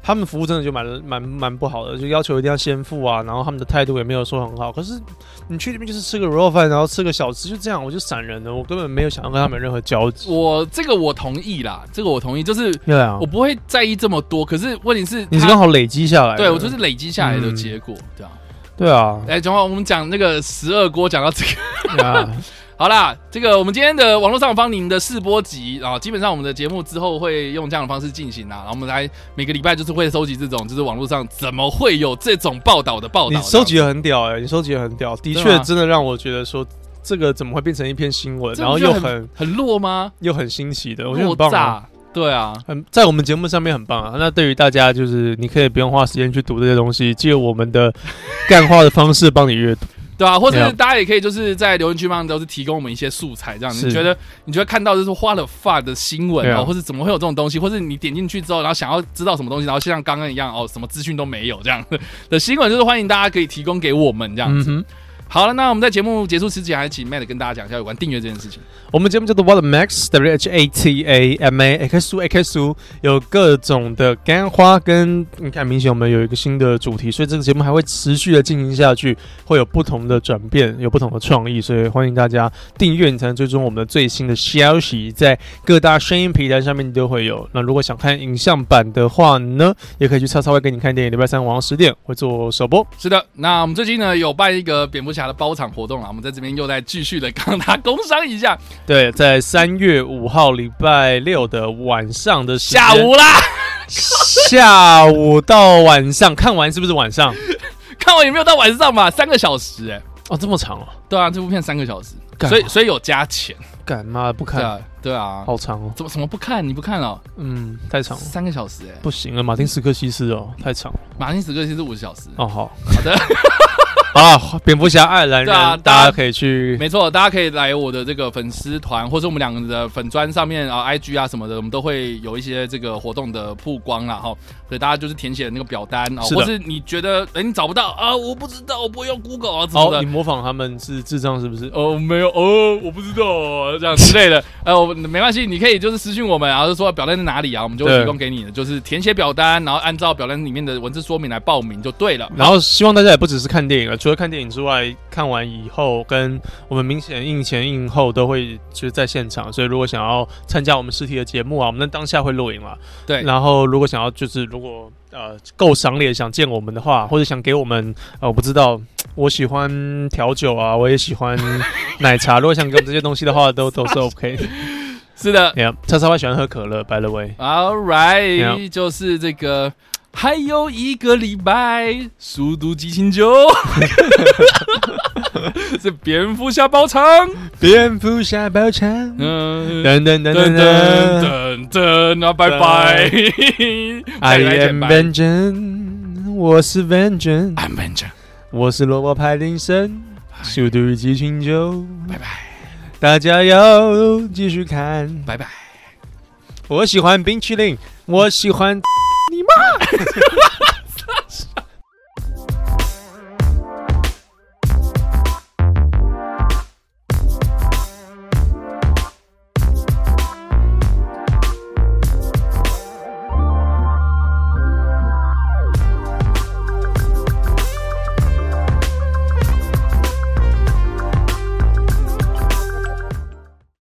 A: 他们服务真的就蛮蛮蛮不好的，就要求一定要先付啊，然后他们的态度也没有说很好。可是你去那边就是吃个卤肉饭，然后吃个小吃，就这样我就闪人了，我根本没有想要跟他们有任何交集。
B: 我这个我同意啦，这个我同意，就是
A: 对啊
B: 我，不会在意这么多，可是问题是
A: 你是
B: 它
A: 刚好累积下来的，
B: 对我就是累积下来的
A: 嗯
B: 结果，对啊。
A: 对啊，
B: 哎，等会儿我们讲那个十二锅，讲到这个，
A: 对啊
B: 好啦，这个我们今天的网络上方您的试播集啊，基本上我们的节目之后会用这样的方式进行啦。啊然后我们来每个礼拜就是会收集这种，就是网络上怎么会有这种报道的啊报道这
A: 你
B: 样，
A: 收集的很屌哎、你收集的很屌，的
B: 真的
A: 确
B: 吗
A: 真的让我觉得说这个怎么会变成一篇新闻，
B: 这
A: 然后
B: 不就
A: 又
B: 很
A: 很
B: 很弱吗？
A: 又很新奇的，我觉得
B: 弱
A: 很棒、啊，
B: 炸，对啊，
A: 很在我们节目上面很棒啊。那对于大家就是你可以不用花时间去读这些东西，借我们的 干话的方式帮你阅读。
B: 对啊，或者是
A: Yeah
B: 大家也可以就是在留言区帮都是提供我们一些素材，这样你
A: 是啊
B: 觉得你觉得看到就是花了发的新闻哦，
A: Yeah
B: 或是怎么会有这种东西，或是你点进去之后，然后想要知道什么东西，然后像刚刚一样哦，什么资讯都没有这样的 新闻，就是欢迎大家可以提供给我们这样
A: 嗯
B: 子。
A: 哼，
B: 好了，那我们在节目结束之前，还请 Matt 跟大家讲一下有关订阅这件事情。
A: 我们节目叫做 What Max W H A T A M A X U X U，有各种的干花跟你看，明显我们有一个新的主题，所以这个节目还会持续的进行下去，会有不同的转变，有不同的创意，所以欢迎大家订阅，你才能追踪我们的最新的消息，在各大声音平台上面都会有。那如果想看影像版的话呢，也可以去叉叉 Y 给你看电影，礼拜三晚上十点会做首播。
B: 是的，那我们最近呢有办一个蝙蝠侠的包场活动啊，我们在这边又在继续的跟大家工商一下，
A: 对，在三月五号礼拜六的晚上的时间
B: 下午啦，
A: 下午到晚上看完是不是晚上？
B: 看完有没有到晚上嘛？三个小时哎、
A: 哦，这么长哦，
B: 对啊，这部片三个小时，
A: 干
B: 所以所以有加钱。
A: 干妈的不
B: 对
A: 看，
B: 啊，对啊，
A: 好长哦，
B: 怎么怎么不看？你不看了？
A: 嗯，太长了，
B: 三个小时哎、
A: 不行了，啊马丁斯科西斯哦，太长了。
B: 马丁史克西是五十小时。
A: 哦，好，
B: 好的，
A: 好了，蝙蝠侠爱尔兰
B: 对
A: 人，
B: 啊大
A: 大
B: 家
A: 家可以去，
B: 没错，大家可以来我的这个粉丝团，或者我们两个的粉砖上面啊、IG 啊什么的，我们都会有一些这个活动的曝光啦哈。所以大家就是填写那个表单啊，
A: 是的
B: 或是你觉得哎、你找不到啊，我不知道，我不会用 Google 啊什么
A: 哦，
B: 的
A: 你。模仿他们是智障是不是？
B: 哦，没有哦，我不知道啊这样之类的。 呃，我没关系，你可以就是私信我们，然后就说表单在哪里啊，我们就会
A: 对
B: 提供给你的，就是填写表单，然后按照表单里面的文字说明来报名就对了。
A: 然后希望大家也不只是看电影了，除了看电影之外，看完以后跟我们明显映前映后都会就是在现场，所以如果想要参加我们实体的节目啊，我们当下会录影啦。
B: 对，
A: 然后如果想要就是如果呃够赏脸想见我们的话，或者想给我们呃我不知道，我喜欢调酒啊，我也喜欢奶茶，如果想给我们这些东西的话，都都是 OK 的。
B: 是的，
A: Yeah，叉叉 Y 喜欢喝可乐，by the way。
B: All right，、
A: Yeah
B: 就是这个，还有一个礼拜，《速度激情九》 是蝙蝠侠包场，
A: 蝙蝠侠包场，
B: 嗯、
A: 噔噔噔
B: 噔
A: 噔噔
B: 噔噔噔，啊，拜拜
A: 哎，I
B: 拜拜见
A: am
B: 拜
A: vengeance，我是 vengeance，
B: I'm Benjamin，
A: 我是萝卜派林森，速度与激情九，
B: 拜拜，
A: 大家要继续看。
B: 拜拜。
A: 我喜欢冰淇淋，我喜欢你妈。